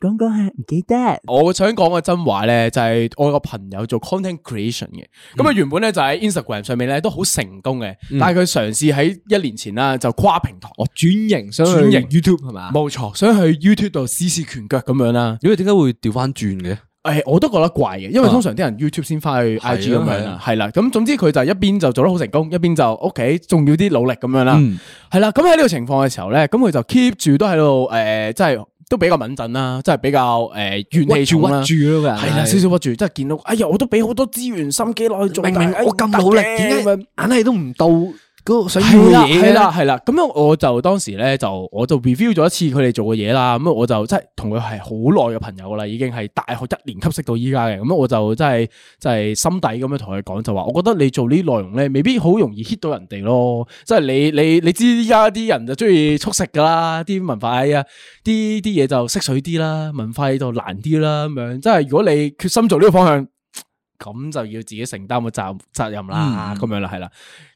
[SPEAKER 5] 讲讲下唔記得。
[SPEAKER 3] 我想講嘅真話咧，就係我有個朋友做 content creation 嘅，咁啊原本咧就喺 Instagram 上面咧都好成功嘅，但係佢嘗試喺一年前啦就跨平台，
[SPEAKER 4] 我轉型想
[SPEAKER 3] 轉型
[SPEAKER 4] YouTube 係嘛？
[SPEAKER 3] 冇錯，想去 YouTube 度試試拳腳咁樣啦。
[SPEAKER 2] 因為點解會調翻轉嘅？
[SPEAKER 3] 誒，我都覺得怪嘅，因為通常啲人 YouTube 先翻去 IG 咁樣
[SPEAKER 2] 係
[SPEAKER 3] 啦
[SPEAKER 2] 啊，
[SPEAKER 3] 係啦。咁總之佢就一邊就做得好成功，一邊就 OK，仲要啲努力咁樣啦
[SPEAKER 2] 嗯。
[SPEAKER 3] 係啦，咁喺呢個情況嘅時候咧，咁佢就 keep 住都喺度誒，即係都比較敏陣啦，即係比較誒怨氣
[SPEAKER 4] 屈
[SPEAKER 3] 重啦
[SPEAKER 4] 住。屈住咯，個人
[SPEAKER 3] 系啦，少少屈住，即系见到，哎呀，我都俾好多資源心機落去做，
[SPEAKER 4] 明明
[SPEAKER 3] 但係
[SPEAKER 4] 我咁努力，
[SPEAKER 3] 哎
[SPEAKER 4] 點解
[SPEAKER 3] 唔得嘅咁
[SPEAKER 4] 硬係都唔到嗰個想要
[SPEAKER 3] 係啦，
[SPEAKER 4] 嘅嘢
[SPEAKER 3] 係
[SPEAKER 4] 嘅
[SPEAKER 3] 啦，係啦，咁樣我就當時咧就我就 review 咗一次佢哋做嘅嘢啦，咁我就即係同佢係好耐嘅朋友啦，已經係大學一年級識到依家嘅，咁我就真係真係心底咁樣同佢講就話，我覺得你做呢啲內容咧，未必好容易 hit 到人哋咯，即係你你你知依家啲人就中意速食噶啦，啲文化啊，啲啲嘢就識水啲啦，文化就難啲啦，咁樣，即係如果你決心做呢個方向。咁就要自己承擔個責責任啦，咁、樣啦，係啦。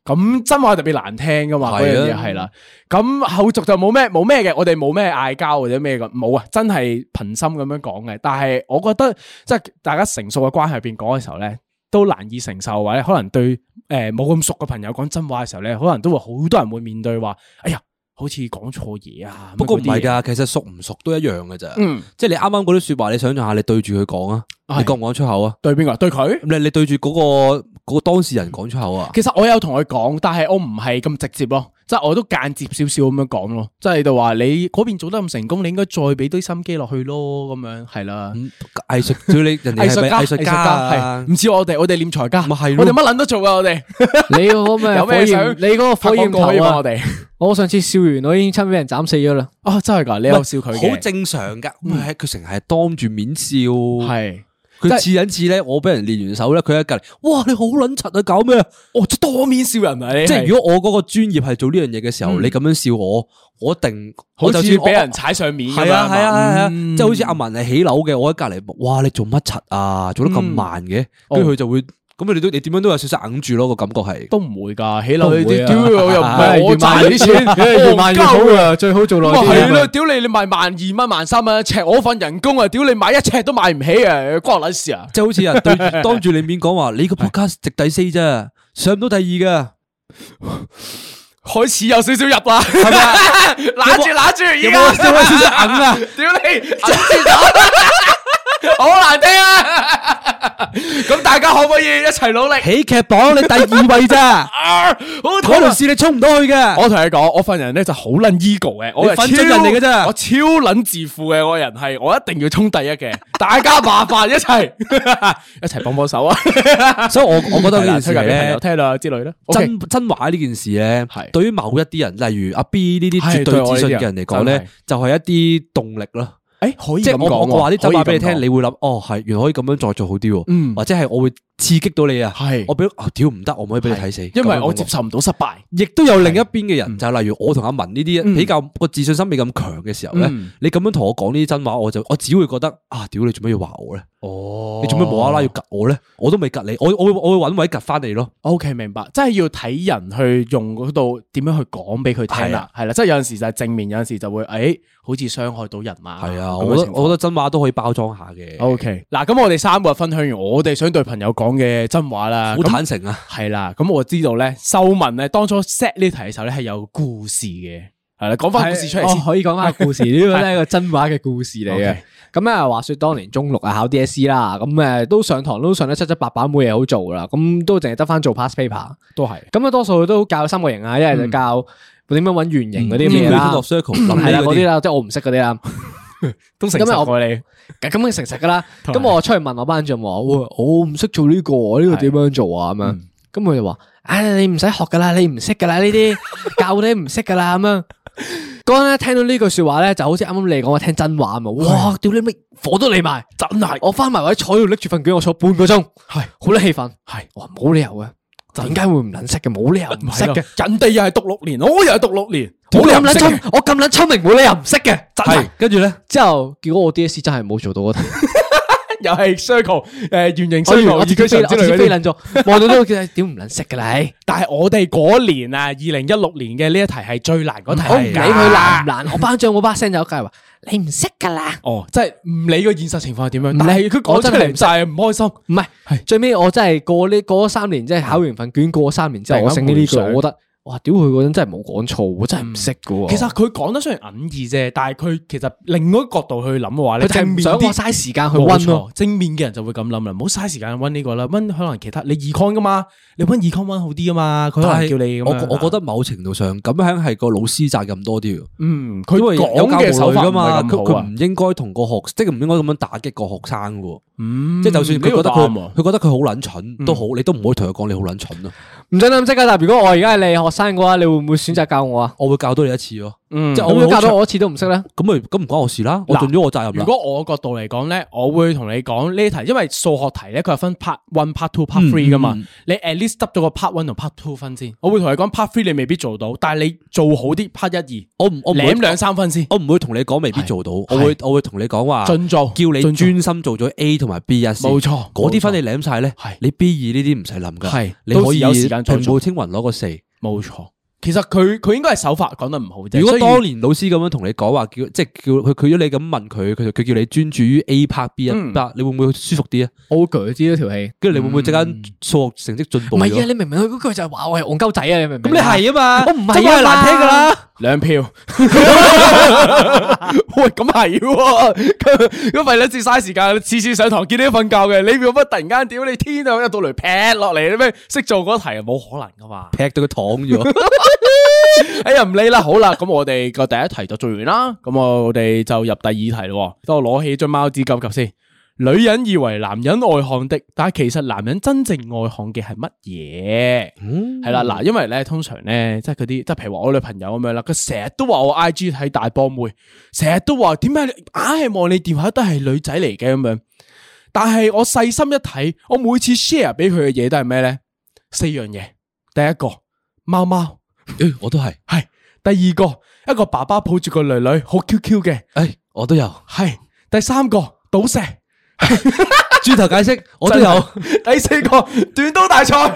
[SPEAKER 3] 咁真話特別難聽噶嘛，嗰
[SPEAKER 2] 嗯係
[SPEAKER 3] 樣
[SPEAKER 2] 啊
[SPEAKER 3] 嘢係啦。咁後續就冇咩冇咩嘅，我哋冇咩嗌交或者咩嘅，冇啊，真係憑心咁樣講嘅。但係我覺得即係大家成熟嘅關係入邊講嘅時候咧，都難以承受或者可能對誒冇咁熟嘅朋友講真話嘅時候咧，可能都會好多人會面對話，哎呀，好似講錯嘢啊。
[SPEAKER 2] 不過唔係㗎，
[SPEAKER 3] 㗎，
[SPEAKER 2] 其實熟唔熟都一樣㗎咋。
[SPEAKER 3] 嗯，
[SPEAKER 2] 即係你啱啱嗰啲说話，你想象下，你對住佢講啊，你
[SPEAKER 3] 係
[SPEAKER 2] 講唔講出口啊？
[SPEAKER 3] 對邊個？對佢。
[SPEAKER 2] 你你對住嗰個嗰個當事人講出口啊？
[SPEAKER 3] 其實我有同佢講，但係我唔係咁直接咯，即係我都間接少少咁樣講咯，即係就話你嗰邊做得咁成功，你應該再俾啲心機落去咯，咁樣係啦。
[SPEAKER 2] 嗯藝術，屌 你人哋
[SPEAKER 3] 藝
[SPEAKER 2] 係
[SPEAKER 3] 術
[SPEAKER 2] 咪
[SPEAKER 3] 家，
[SPEAKER 2] 藝術家啊
[SPEAKER 3] 係？唔似我哋，我哋念財家，
[SPEAKER 2] 咪係咯
[SPEAKER 3] 我哋乜撚都做啊噶，我哋
[SPEAKER 4] 你嗰個咩
[SPEAKER 3] 有
[SPEAKER 4] 火
[SPEAKER 3] 咩想
[SPEAKER 4] 焰？你嗰個火焰
[SPEAKER 3] 拍廣告可以
[SPEAKER 4] 頭
[SPEAKER 3] 幫
[SPEAKER 4] 啊
[SPEAKER 3] 我！哋。
[SPEAKER 4] 我上次笑完，我已經差唔多俾人斬死咗啦。
[SPEAKER 3] 哦，真係㗎，你有笑佢嘅，
[SPEAKER 2] 好正常㗎，唔係佢成日係當住面笑，係
[SPEAKER 3] 係。
[SPEAKER 2] 佢似緊似咧，我俾人練完手咧，佢喺隔離，哇你好撚柒啊，搞咩啊？
[SPEAKER 3] 哦，即係多面笑人啊！你
[SPEAKER 2] 即
[SPEAKER 3] 係
[SPEAKER 2] 係如果我嗰個專業係做呢樣嘢嘅時候，
[SPEAKER 3] 嗯
[SPEAKER 2] 你咁樣笑我，我一定
[SPEAKER 3] 好
[SPEAKER 2] 我就
[SPEAKER 3] 似
[SPEAKER 2] 算
[SPEAKER 3] 俾
[SPEAKER 2] 我
[SPEAKER 3] 人踩上面咁樣
[SPEAKER 2] 係啊係啊係啊，
[SPEAKER 3] 嗯
[SPEAKER 2] 即係好似阿文係起樓嘅，我喺隔離，哇你做乜柒啊？做得
[SPEAKER 3] 嗯
[SPEAKER 2] 咁慢嘅，跟住佢就會咁你都你點樣都有少少硬住咯，個感覺係。
[SPEAKER 3] 都唔會㗎，起樓呢
[SPEAKER 4] 都唔
[SPEAKER 3] 啲，
[SPEAKER 4] 會啊
[SPEAKER 3] 屌我又唔係我賺
[SPEAKER 4] 越賣
[SPEAKER 3] 啲
[SPEAKER 4] 越
[SPEAKER 3] 錢，
[SPEAKER 4] 越賣越好
[SPEAKER 3] 戇鳩
[SPEAKER 4] 啊！最好做耐
[SPEAKER 3] 哇，係咯，
[SPEAKER 4] 啲。
[SPEAKER 3] 屌你！你賣萬二蚊、萬三蚊一尺，我份人工啊，屌你買一尺都買唔起啊，關我撚事啊！
[SPEAKER 2] 即係好似人 對住當住你面講話，你個 podcast 值第四啫，上唔到第二噶。
[SPEAKER 3] 開始有少少入啦，係 咪？啊揦住揦住，
[SPEAKER 2] 有
[SPEAKER 3] 而
[SPEAKER 2] 冇
[SPEAKER 3] 家
[SPEAKER 2] 有冇少少硬啊？
[SPEAKER 3] 屌你，揞住咗， 好難聽啊！ 咁大家可唔可以一齊努力？
[SPEAKER 2] 喜劇榜你第二位咋？
[SPEAKER 3] 啊好
[SPEAKER 2] 嗰
[SPEAKER 3] 討
[SPEAKER 2] 條
[SPEAKER 3] 論。
[SPEAKER 2] 線你衝唔到去嘅。
[SPEAKER 3] 我同你講，我份人咧就好撚 ego 嘅，我係
[SPEAKER 2] 你粉樽人嚟嘅啫
[SPEAKER 3] 超我超撚自負嘅，我人係我一定要衝第一嘅，大家麻煩一 齊一齊幫幫手啊！
[SPEAKER 2] 所以我我覺得呢件事
[SPEAKER 3] 推介俾朋友
[SPEAKER 2] 咧，
[SPEAKER 3] 聽啦之類啦。OK，
[SPEAKER 2] 真真話呢件事咧
[SPEAKER 3] 係，
[SPEAKER 2] 對於某一啲人，例如阿 B 呢啲
[SPEAKER 3] 係
[SPEAKER 2] 絕對
[SPEAKER 3] 對我呢
[SPEAKER 2] 資訊
[SPEAKER 3] 啲
[SPEAKER 2] 嘅
[SPEAKER 3] 人
[SPEAKER 2] 人嚟講
[SPEAKER 3] 真
[SPEAKER 2] 咧
[SPEAKER 3] 係，
[SPEAKER 2] 就係一啲動力啦。
[SPEAKER 3] 誒哎可以
[SPEAKER 2] 即係
[SPEAKER 3] 咁
[SPEAKER 2] 我我
[SPEAKER 3] 講喎
[SPEAKER 2] 我話啲真話俾你
[SPEAKER 3] 可以咁
[SPEAKER 2] 聽，
[SPEAKER 3] 講
[SPEAKER 2] 你會諗哦係，原來可以咁樣再做好啲
[SPEAKER 3] 嗯
[SPEAKER 2] 喎，或者係我會刺激到你啊。
[SPEAKER 3] 係
[SPEAKER 2] 我俾哦屌唔得，我唔可以俾你睇死，
[SPEAKER 3] 因
[SPEAKER 2] 咁
[SPEAKER 3] 為
[SPEAKER 2] 樣
[SPEAKER 3] 我
[SPEAKER 2] 喎
[SPEAKER 3] 接受唔到失敗。
[SPEAKER 2] 亦都有另一邊嘅
[SPEAKER 3] 嗯
[SPEAKER 2] 人，就例如我同阿文呢啲比較個自信心未咁強嘅時候咧，
[SPEAKER 3] 嗯
[SPEAKER 2] 你咁樣同我講呢啲真話，我就我只會覺得啊，屌你做咩要話我咧？
[SPEAKER 3] 哦
[SPEAKER 2] 你做咩無啦啦要及我咧？我都未及你，我我會我會揾位及翻你咯。
[SPEAKER 3] O、k 明白，即係要睇人去用嗰度點樣去講俾佢聽啦，係啦，即係有阵时就係正面，有阵时就會诶、哎好似傷害到人啊。
[SPEAKER 2] 係啊，我覺得我覺得真話都可以包裝下嘅，
[SPEAKER 3] O K，嗱，咁我哋三個分享完我哋想對朋友講嘅真話啦，
[SPEAKER 2] 好坦誠啊。
[SPEAKER 3] 系啦，咁我知道咧，秀文咧當初 set 呢題嘅時候咧係有故事嘅，係啦，講翻故事出嚟
[SPEAKER 4] 哦
[SPEAKER 3] 先。
[SPEAKER 4] 可以講翻個故事，呢個咧係一個真話嘅故事嚟嘅
[SPEAKER 3] OK。
[SPEAKER 4] 咁啊，話說當年中六啊考 DSE 啦，咁誒都上堂都上得七七八八，冇嘢好做啦，咁都淨係得翻做 past paper。
[SPEAKER 3] 都係
[SPEAKER 4] 咁啊，多數都教三角形啊，一係就教點樣揾圓形嗰啲
[SPEAKER 3] 啊
[SPEAKER 2] 咩
[SPEAKER 4] 咩啦，
[SPEAKER 2] 落 circle
[SPEAKER 3] 嗯
[SPEAKER 2] 諗
[SPEAKER 4] 係啦
[SPEAKER 2] 起
[SPEAKER 4] 嗰
[SPEAKER 2] 嗰
[SPEAKER 4] 啲
[SPEAKER 2] 啲，
[SPEAKER 4] 啦，即係我唔識嗰啲啦。
[SPEAKER 3] 都成
[SPEAKER 4] 因為
[SPEAKER 3] 熟
[SPEAKER 4] 我
[SPEAKER 3] 過你，
[SPEAKER 4] 咁咁嘅誠實噶啦。
[SPEAKER 3] 同
[SPEAKER 4] 咁
[SPEAKER 3] 埋
[SPEAKER 4] 我出去問我班長話：，喂，我唔識做呢個喎，呢個點樣做啊？咁樣，咁佢就話：，唉，你唔使學噶啦，你唔識噶啦，呢啲教你唔識噶啦，咁樣。嗰陣咧聽到呢句説話咧，就好似啱啱你講我聽真話咁啊！哇，屌你咩火都嚟埋，真係！我翻埋位坐喺度拎住份卷，我坐半個鐘，係好撚氣憤，係我話冇理由嘅，点解会唔捻识嘅？冇理由唔識
[SPEAKER 3] 係咯，人哋又系讀六年，我又係讀六年，冇
[SPEAKER 4] 我
[SPEAKER 3] 理由
[SPEAKER 4] 咁
[SPEAKER 3] 唔
[SPEAKER 4] 捻
[SPEAKER 3] 識嘅
[SPEAKER 4] 聪，我咁捻聪明，冇理由唔識嘅。真
[SPEAKER 2] 系
[SPEAKER 4] 係
[SPEAKER 2] 跟住咧，
[SPEAKER 4] 之後結果我 DSE 真係冇做 到嗰題，
[SPEAKER 3] 又係 circle 诶圆形
[SPEAKER 4] 我以為
[SPEAKER 3] circle
[SPEAKER 4] 我
[SPEAKER 3] 二
[SPEAKER 4] 自
[SPEAKER 3] 居
[SPEAKER 4] 己飛
[SPEAKER 3] 上之
[SPEAKER 4] 我自己
[SPEAKER 3] 類
[SPEAKER 4] 飛
[SPEAKER 3] 嗰啲。
[SPEAKER 4] 捻咗，望到都叫點唔捻識嘅啦，唉
[SPEAKER 3] 但係我哋嗰年啊，二零一六年嘅呢一題係最難嗰題嚟㗎，
[SPEAKER 4] 我唔理佢難唔難，我班長我把聲就梗係話你唔識噶啦。
[SPEAKER 3] 哦，即係唔理個現實情況係點樣，
[SPEAKER 4] 理
[SPEAKER 3] 但係佢講出
[SPEAKER 4] 我真
[SPEAKER 3] 嚟
[SPEAKER 4] 係
[SPEAKER 3] 唔
[SPEAKER 4] 唔
[SPEAKER 3] 晒唔開心。
[SPEAKER 4] 唔係，最尾我真係過呢過咗三年，即係考完份卷過咗三年之後，
[SPEAKER 3] 突然
[SPEAKER 4] 我
[SPEAKER 3] 間
[SPEAKER 4] 醒起呢句，
[SPEAKER 3] 回想
[SPEAKER 4] 我覺得哇，屌佢嗰陣真係冇講錯喎，真係唔識噶喎。
[SPEAKER 3] 嗯其實佢講得雖然隱義啫，但係佢其實另外一個角度去諗嘅話
[SPEAKER 4] 佢
[SPEAKER 3] 咧，
[SPEAKER 4] 就
[SPEAKER 3] 正
[SPEAKER 4] 係唔
[SPEAKER 3] 面
[SPEAKER 4] 想我
[SPEAKER 3] 啲
[SPEAKER 4] 嘥時間去
[SPEAKER 3] 冇
[SPEAKER 4] 温
[SPEAKER 3] 錯，
[SPEAKER 4] 咯。
[SPEAKER 3] 正面嘅人就會咁諗啦，唔好嘥時間温呢個啦，温可能其他你 econ 噶嘛，你温 econ 温好啲噶嘛，佢可
[SPEAKER 2] 但
[SPEAKER 3] 能
[SPEAKER 2] 系
[SPEAKER 3] 叫你咁
[SPEAKER 2] 我
[SPEAKER 3] 樣啊
[SPEAKER 2] 我覺得某程度上咁樣係個老師責任多啲喎，
[SPEAKER 3] 嗯，佢
[SPEAKER 2] 因為有
[SPEAKER 3] 講
[SPEAKER 2] 教
[SPEAKER 3] 嘅手
[SPEAKER 2] 無類
[SPEAKER 3] 法
[SPEAKER 2] 噶
[SPEAKER 3] 唔
[SPEAKER 2] 嘛，佢
[SPEAKER 3] 係咁好
[SPEAKER 2] 佢
[SPEAKER 3] 啊
[SPEAKER 2] 唔，應該同個學，即係唔應該咁樣打擊個學生嘅喎。
[SPEAKER 3] 嗯
[SPEAKER 2] 即係就算佢覺得
[SPEAKER 3] 呢個啱啊嗯
[SPEAKER 2] 佢
[SPEAKER 3] 喎
[SPEAKER 2] 佢覺得佢好撚蠢都好，你都唔可以同佢講你好撚蠢啊咯。
[SPEAKER 4] 唔想諗即刻，但係如果我而家係你學生嘅話，你會唔會選擇教我啊？
[SPEAKER 2] 我會教多你一次咯，
[SPEAKER 3] 嗯
[SPEAKER 2] 即係
[SPEAKER 4] 我
[SPEAKER 2] 我
[SPEAKER 4] 會
[SPEAKER 2] 會
[SPEAKER 4] 教
[SPEAKER 2] 教
[SPEAKER 4] 到
[SPEAKER 2] 到我
[SPEAKER 4] 我一次都唔識咧。
[SPEAKER 2] 咁咪咁唔關我事啦，我
[SPEAKER 3] 嗱
[SPEAKER 2] 盡咗我責任啦
[SPEAKER 3] 如。果我角度嚟講咧，我會同你講呢題，因為數學題咧佢係分 part one、part two、part three 噶嘛，你 at least 得咗個 part one 同 part two 分先。我會同你講 part three 你未必做到，但係你做好啲 part 一
[SPEAKER 2] 我唔我
[SPEAKER 3] 二，
[SPEAKER 2] 唔會
[SPEAKER 3] 舐兩三分先，
[SPEAKER 2] 我唔會同你講未必做到，我會我會同你講話
[SPEAKER 3] 盡做
[SPEAKER 2] 叫你
[SPEAKER 3] 盡做
[SPEAKER 2] 專心做咗 A 同埋 B 一先
[SPEAKER 3] 冇錯
[SPEAKER 2] 嗰啲分
[SPEAKER 3] 冇錯
[SPEAKER 2] 你舐晒咧
[SPEAKER 3] 係，
[SPEAKER 2] 你 B 二呢啲唔使諗噶，
[SPEAKER 3] 係
[SPEAKER 2] 你可以
[SPEAKER 3] 到時有時間再做
[SPEAKER 2] 平步青雲攞個四。
[SPEAKER 3] 冇錯。其實佢佢應該係手法講得唔好啫。
[SPEAKER 2] 如果
[SPEAKER 3] 雖然
[SPEAKER 2] 當年老師咁樣同你講話，叫即係叫佢佢要你咁問佢，佢就佢叫你專注於 A part B 一
[SPEAKER 3] 嗯
[SPEAKER 2] part，你會唔會舒服啲啊？
[SPEAKER 4] 我會鋸啲呢條氣。
[SPEAKER 2] 跟住你會唔會即間數學成績進步
[SPEAKER 4] 唔
[SPEAKER 2] 咗？
[SPEAKER 4] 係啊，你明唔明佢嗰句就係話我係戇鳩仔啊？你明唔明？
[SPEAKER 2] 咁你係啊嘛，
[SPEAKER 4] 我唔係啊
[SPEAKER 2] 真係難聽噶啦。
[SPEAKER 3] 两票， 喂，咁系喎，咁咁咪一次嘥時間，次次上堂見你都瞓覺嘅，你做乜突然間屌你天啊，一到雷劈落嚟，你咩識做嗰題啊冇可能噶嘛？
[SPEAKER 2] 劈到佢躺咗。
[SPEAKER 3] 哎呀，唔理啦，好啦，咁我哋個第一題就做完啦，咁我哋就入第二題咯。等我攞起張貓紙急急先。女人以為男人外向的，但係其實男人真正外向嘅係乜嘢？係啦，嗱，因為咧通常咧，即係嗰啲，即係譬如話我女朋友咁樣啦，佢成日都話我 I G 睇大波妹，成日都話點解你硬係望你電話都係女仔嚟嘅咁樣。但係我細心一睇，我每次 share 俾佢嘅嘢都係咩咧？四樣嘢，第一個貓貓。
[SPEAKER 2] 誒我都係，
[SPEAKER 3] 系第二个一个爸爸抱住个女女好 Q Q 嘅，
[SPEAKER 2] 诶，哎我都有。
[SPEAKER 3] 系第三个赌石，
[SPEAKER 2] 轉頭解釋，我都有。
[SPEAKER 3] 第四个短刀大赛。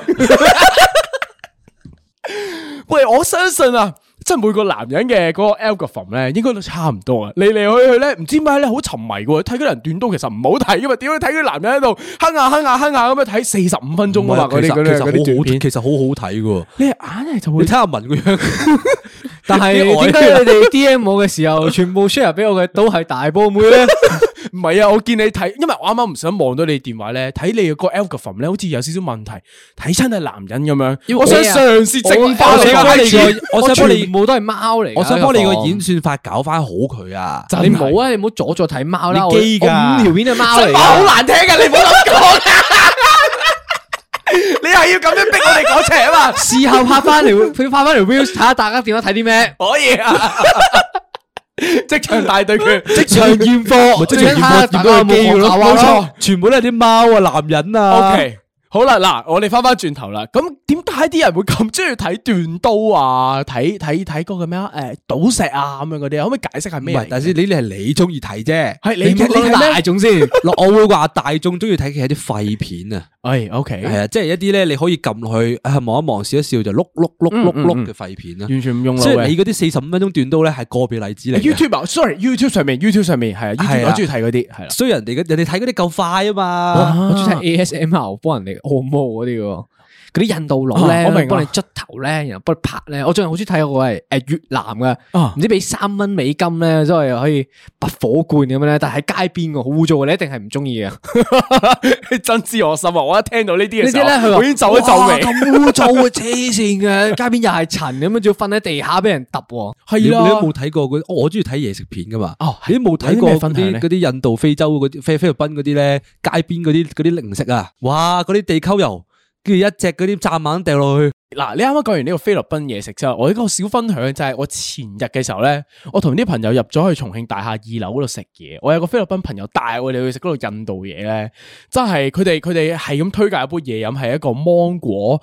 [SPEAKER 3] 喂，我相信啊，即系每个男人嘅嗰个 algorithm 咧，应該都差唔多啊。嚟嚟去去咧，唔知點解咧，好沉迷嘅喎。睇嗰啲人短刀其實唔好睇噶嘛，屌你睇嗰啲男人喺度哼下哼下哼下咁樣睇四十五分鐘啊嘛，嗰
[SPEAKER 2] 其
[SPEAKER 3] 啲
[SPEAKER 2] 實其
[SPEAKER 3] 嗰啲
[SPEAKER 2] 實好
[SPEAKER 3] 嗰啲短
[SPEAKER 2] 好，
[SPEAKER 3] 片，
[SPEAKER 2] 其實好好睇噶。
[SPEAKER 3] 你硬係就
[SPEAKER 2] 你
[SPEAKER 3] 會
[SPEAKER 2] 睇下文個樣，
[SPEAKER 4] 但係點解你哋 D M 我嘅時候，全部 share 俾我嘅都係大波妹咧？
[SPEAKER 3] 唔係啊，我見你睇，因為我啱啱唔想望到你電話咧，睇你個 algorithm 咧，好似有少少問題，睇親係男人咁樣。我想嘗試整翻
[SPEAKER 4] 我
[SPEAKER 3] 你個
[SPEAKER 4] 想幫你
[SPEAKER 3] IG
[SPEAKER 4] 個，
[SPEAKER 2] 我
[SPEAKER 4] 我
[SPEAKER 2] 想幫你
[SPEAKER 4] 全部都係貓嚟㗎。
[SPEAKER 2] 我想幫你
[SPEAKER 4] 呢
[SPEAKER 2] 個
[SPEAKER 4] 房
[SPEAKER 2] 演算法搞翻好佢 啊！
[SPEAKER 4] 你唔好啊！你唔好阻咗睇貓啦，
[SPEAKER 2] 你
[SPEAKER 4] 我
[SPEAKER 2] 基㗎
[SPEAKER 4] 我五條片係貓嚟㗎。
[SPEAKER 3] 好難聽噶，你唔好咁講啊！你係要咁樣逼我哋講邪啊嘛？
[SPEAKER 4] 事後拍翻條，佢拍翻條 views 睇下大家點樣睇啲咩。
[SPEAKER 3] 可以啊！職場大對決，職
[SPEAKER 4] 場驗貨，
[SPEAKER 2] 即係
[SPEAKER 4] 睇下大家有冇 學習
[SPEAKER 2] 冇
[SPEAKER 4] 啊
[SPEAKER 2] 錯，全部都係啲貓啊、男人啊。
[SPEAKER 3] O K，好啦，嗱，我哋翻翻轉頭啦。咁點解啲人會咁中意睇斷刀啊？睇睇睇嗰個咩啊？诶，赌石啊咁樣嗰啲啊，可唔可以解釋係
[SPEAKER 2] 唔
[SPEAKER 3] 咩嚟
[SPEAKER 2] 係，
[SPEAKER 3] 嘅？
[SPEAKER 2] 但係先你你係你中意睇啫，
[SPEAKER 3] 係你
[SPEAKER 2] 哎你
[SPEAKER 3] 你
[SPEAKER 2] 你
[SPEAKER 3] 係咩
[SPEAKER 2] 大眾先。嗱，我會話大眾中意睇嘅係啲廢片啊，
[SPEAKER 3] 哎，O K，
[SPEAKER 2] 係啊，即係一啲咧你可以撳落去啊望一望笑一笑就碌碌碌
[SPEAKER 3] 嗯
[SPEAKER 2] 碌碌嘅廢片啦。
[SPEAKER 3] 完全唔用
[SPEAKER 2] 即係
[SPEAKER 3] 腦
[SPEAKER 2] 你
[SPEAKER 3] 嗯嘅。
[SPEAKER 2] 嗰啲四十五分鐘段刀咧係個別例子嚟嘅。
[SPEAKER 3] YouTube 啊，sorry，YouTube 上面，YouTube 上面係啊
[SPEAKER 2] 係
[SPEAKER 3] ，YouTube
[SPEAKER 2] 啊
[SPEAKER 3] 我中意睇嗰啲係啦。
[SPEAKER 2] 所以人哋嘅人哋睇嗰啲夠快啊嘛。
[SPEAKER 4] 我中意睇 ASMR 幫人哋按摩嗰啲喎。嗰啲印度佬
[SPEAKER 3] 啊
[SPEAKER 4] 咧，
[SPEAKER 3] 我明啊
[SPEAKER 4] 幫你捽頭咧，然後幫你拍咧。我最近好中意睇我係誒越南
[SPEAKER 3] 啊
[SPEAKER 4] 嘅，唔知俾三蚊美金咧，所以可以拔火罐咁樣咧。但係喺街邊喎，好污糟嘅，你一定係唔中意嘅。
[SPEAKER 3] 真知我心啊！我一聽到呢啲
[SPEAKER 4] 呢
[SPEAKER 3] 嘅
[SPEAKER 4] 啲咧，
[SPEAKER 3] 時
[SPEAKER 4] 佢
[SPEAKER 3] 候，
[SPEAKER 4] 話
[SPEAKER 3] 我已經走一走
[SPEAKER 4] 哇
[SPEAKER 3] 味。
[SPEAKER 4] 咁污糟啊，黐線嘅，街邊又係塵咁樣，仲要瞓喺地下俾人揼喎。
[SPEAKER 2] 你你
[SPEAKER 3] 係
[SPEAKER 2] 都
[SPEAKER 3] 啦，
[SPEAKER 2] 冇睇過嗰，哦我中意睇嘢食片噶嘛。
[SPEAKER 3] 哦
[SPEAKER 2] 你都冇睇過
[SPEAKER 3] 有啲咩
[SPEAKER 2] 嗰
[SPEAKER 3] 分享
[SPEAKER 2] 啲
[SPEAKER 3] 咧
[SPEAKER 2] 嗰啲印度、非洲嗰啲、菲菲律賓嗰啲咧，街邊嗰啲嗰啲零食啊，哇！嗰啲地溝油，跟住一隻嗰啲蚱蜢掉落去，
[SPEAKER 3] 嗱，你啱啱講完呢個菲律賓嘢食之後，我有一個小分享就係我前日嘅時候咧，我同啲朋友入咗去重慶大廈二樓嗰度食嘢。我有個菲律賓朋友帶我哋去食嗰度印度嘢咧，真係佢哋佢哋係咁推介一杯嘢飲，係一個芒果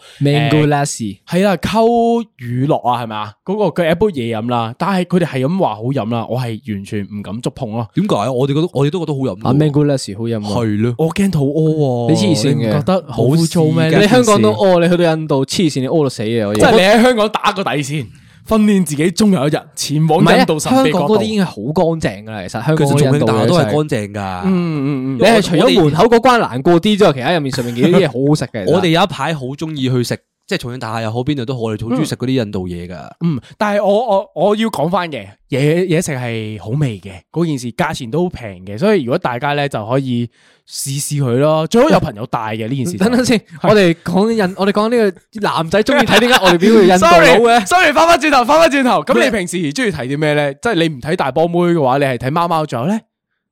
[SPEAKER 3] 誒
[SPEAKER 4] Mango Lassi，
[SPEAKER 3] 係啦，溝乳酪啊，係咪啊？嗰、個佢有一杯嘢飲啦，但係佢哋係咁話好飲啦，我係完全唔敢觸碰咯。
[SPEAKER 2] 点解？啊我哋覺得我哋都覺得好飲
[SPEAKER 4] 啊
[SPEAKER 2] 喎。
[SPEAKER 4] Mango Lassi 好飲喎。
[SPEAKER 2] 係咯，
[SPEAKER 3] 我驚肚屙喎，啊
[SPEAKER 4] 你黐線嘅
[SPEAKER 3] 唔覺得好污糟
[SPEAKER 2] 冇
[SPEAKER 3] 咩？
[SPEAKER 2] 事㗎
[SPEAKER 4] 你香港都屙，你去到印度黐線，你屙到死嘅可以。
[SPEAKER 3] 即係你喺香港打個底先，訓練自己終有一日前往
[SPEAKER 4] 唔係啊
[SPEAKER 3] 印度神
[SPEAKER 4] 香
[SPEAKER 3] 秘
[SPEAKER 4] 港
[SPEAKER 3] 國
[SPEAKER 4] 嗰
[SPEAKER 3] 度。
[SPEAKER 4] 啲已經係好乾淨㗎啦，其實香
[SPEAKER 2] 其
[SPEAKER 4] 港
[SPEAKER 2] 實
[SPEAKER 4] 嗰啲
[SPEAKER 2] 重
[SPEAKER 4] 印
[SPEAKER 2] 慶
[SPEAKER 4] 度
[SPEAKER 2] 大
[SPEAKER 4] 嘢
[SPEAKER 2] 廈都係
[SPEAKER 4] 真係
[SPEAKER 2] 乾淨㗎。
[SPEAKER 3] 嗯嗯嗯，
[SPEAKER 4] 你係除
[SPEAKER 2] 我哋
[SPEAKER 4] 咗門口嗰關難過啲之外，其他入面上面幾啲嘢好好食 嘅。其實
[SPEAKER 2] 我哋有一排好中意去食，即係重慶大廈又好，邊度都好，我哋好中意食嗰啲印度嘢㗎。
[SPEAKER 3] 嗯，但係我我我要講翻嘅嘢嘢食係好味嘅，嗰件事價錢都好平嘅，所以如果大家咧就可以試試佢咯，最好有朋友帶嘅呢 件事就。
[SPEAKER 4] 等等先，我哋講印，我哋講呢個男仔中意睇點呃解我哋表會印 度佬
[SPEAKER 3] Sorry，
[SPEAKER 4] 嘅
[SPEAKER 3] Sorry，翻翻轉頭，翻翻轉頭。咁你平時中意睇啲咩咧？即係你唔睇大波妹嘅話，你係睇貓貓仲有咧？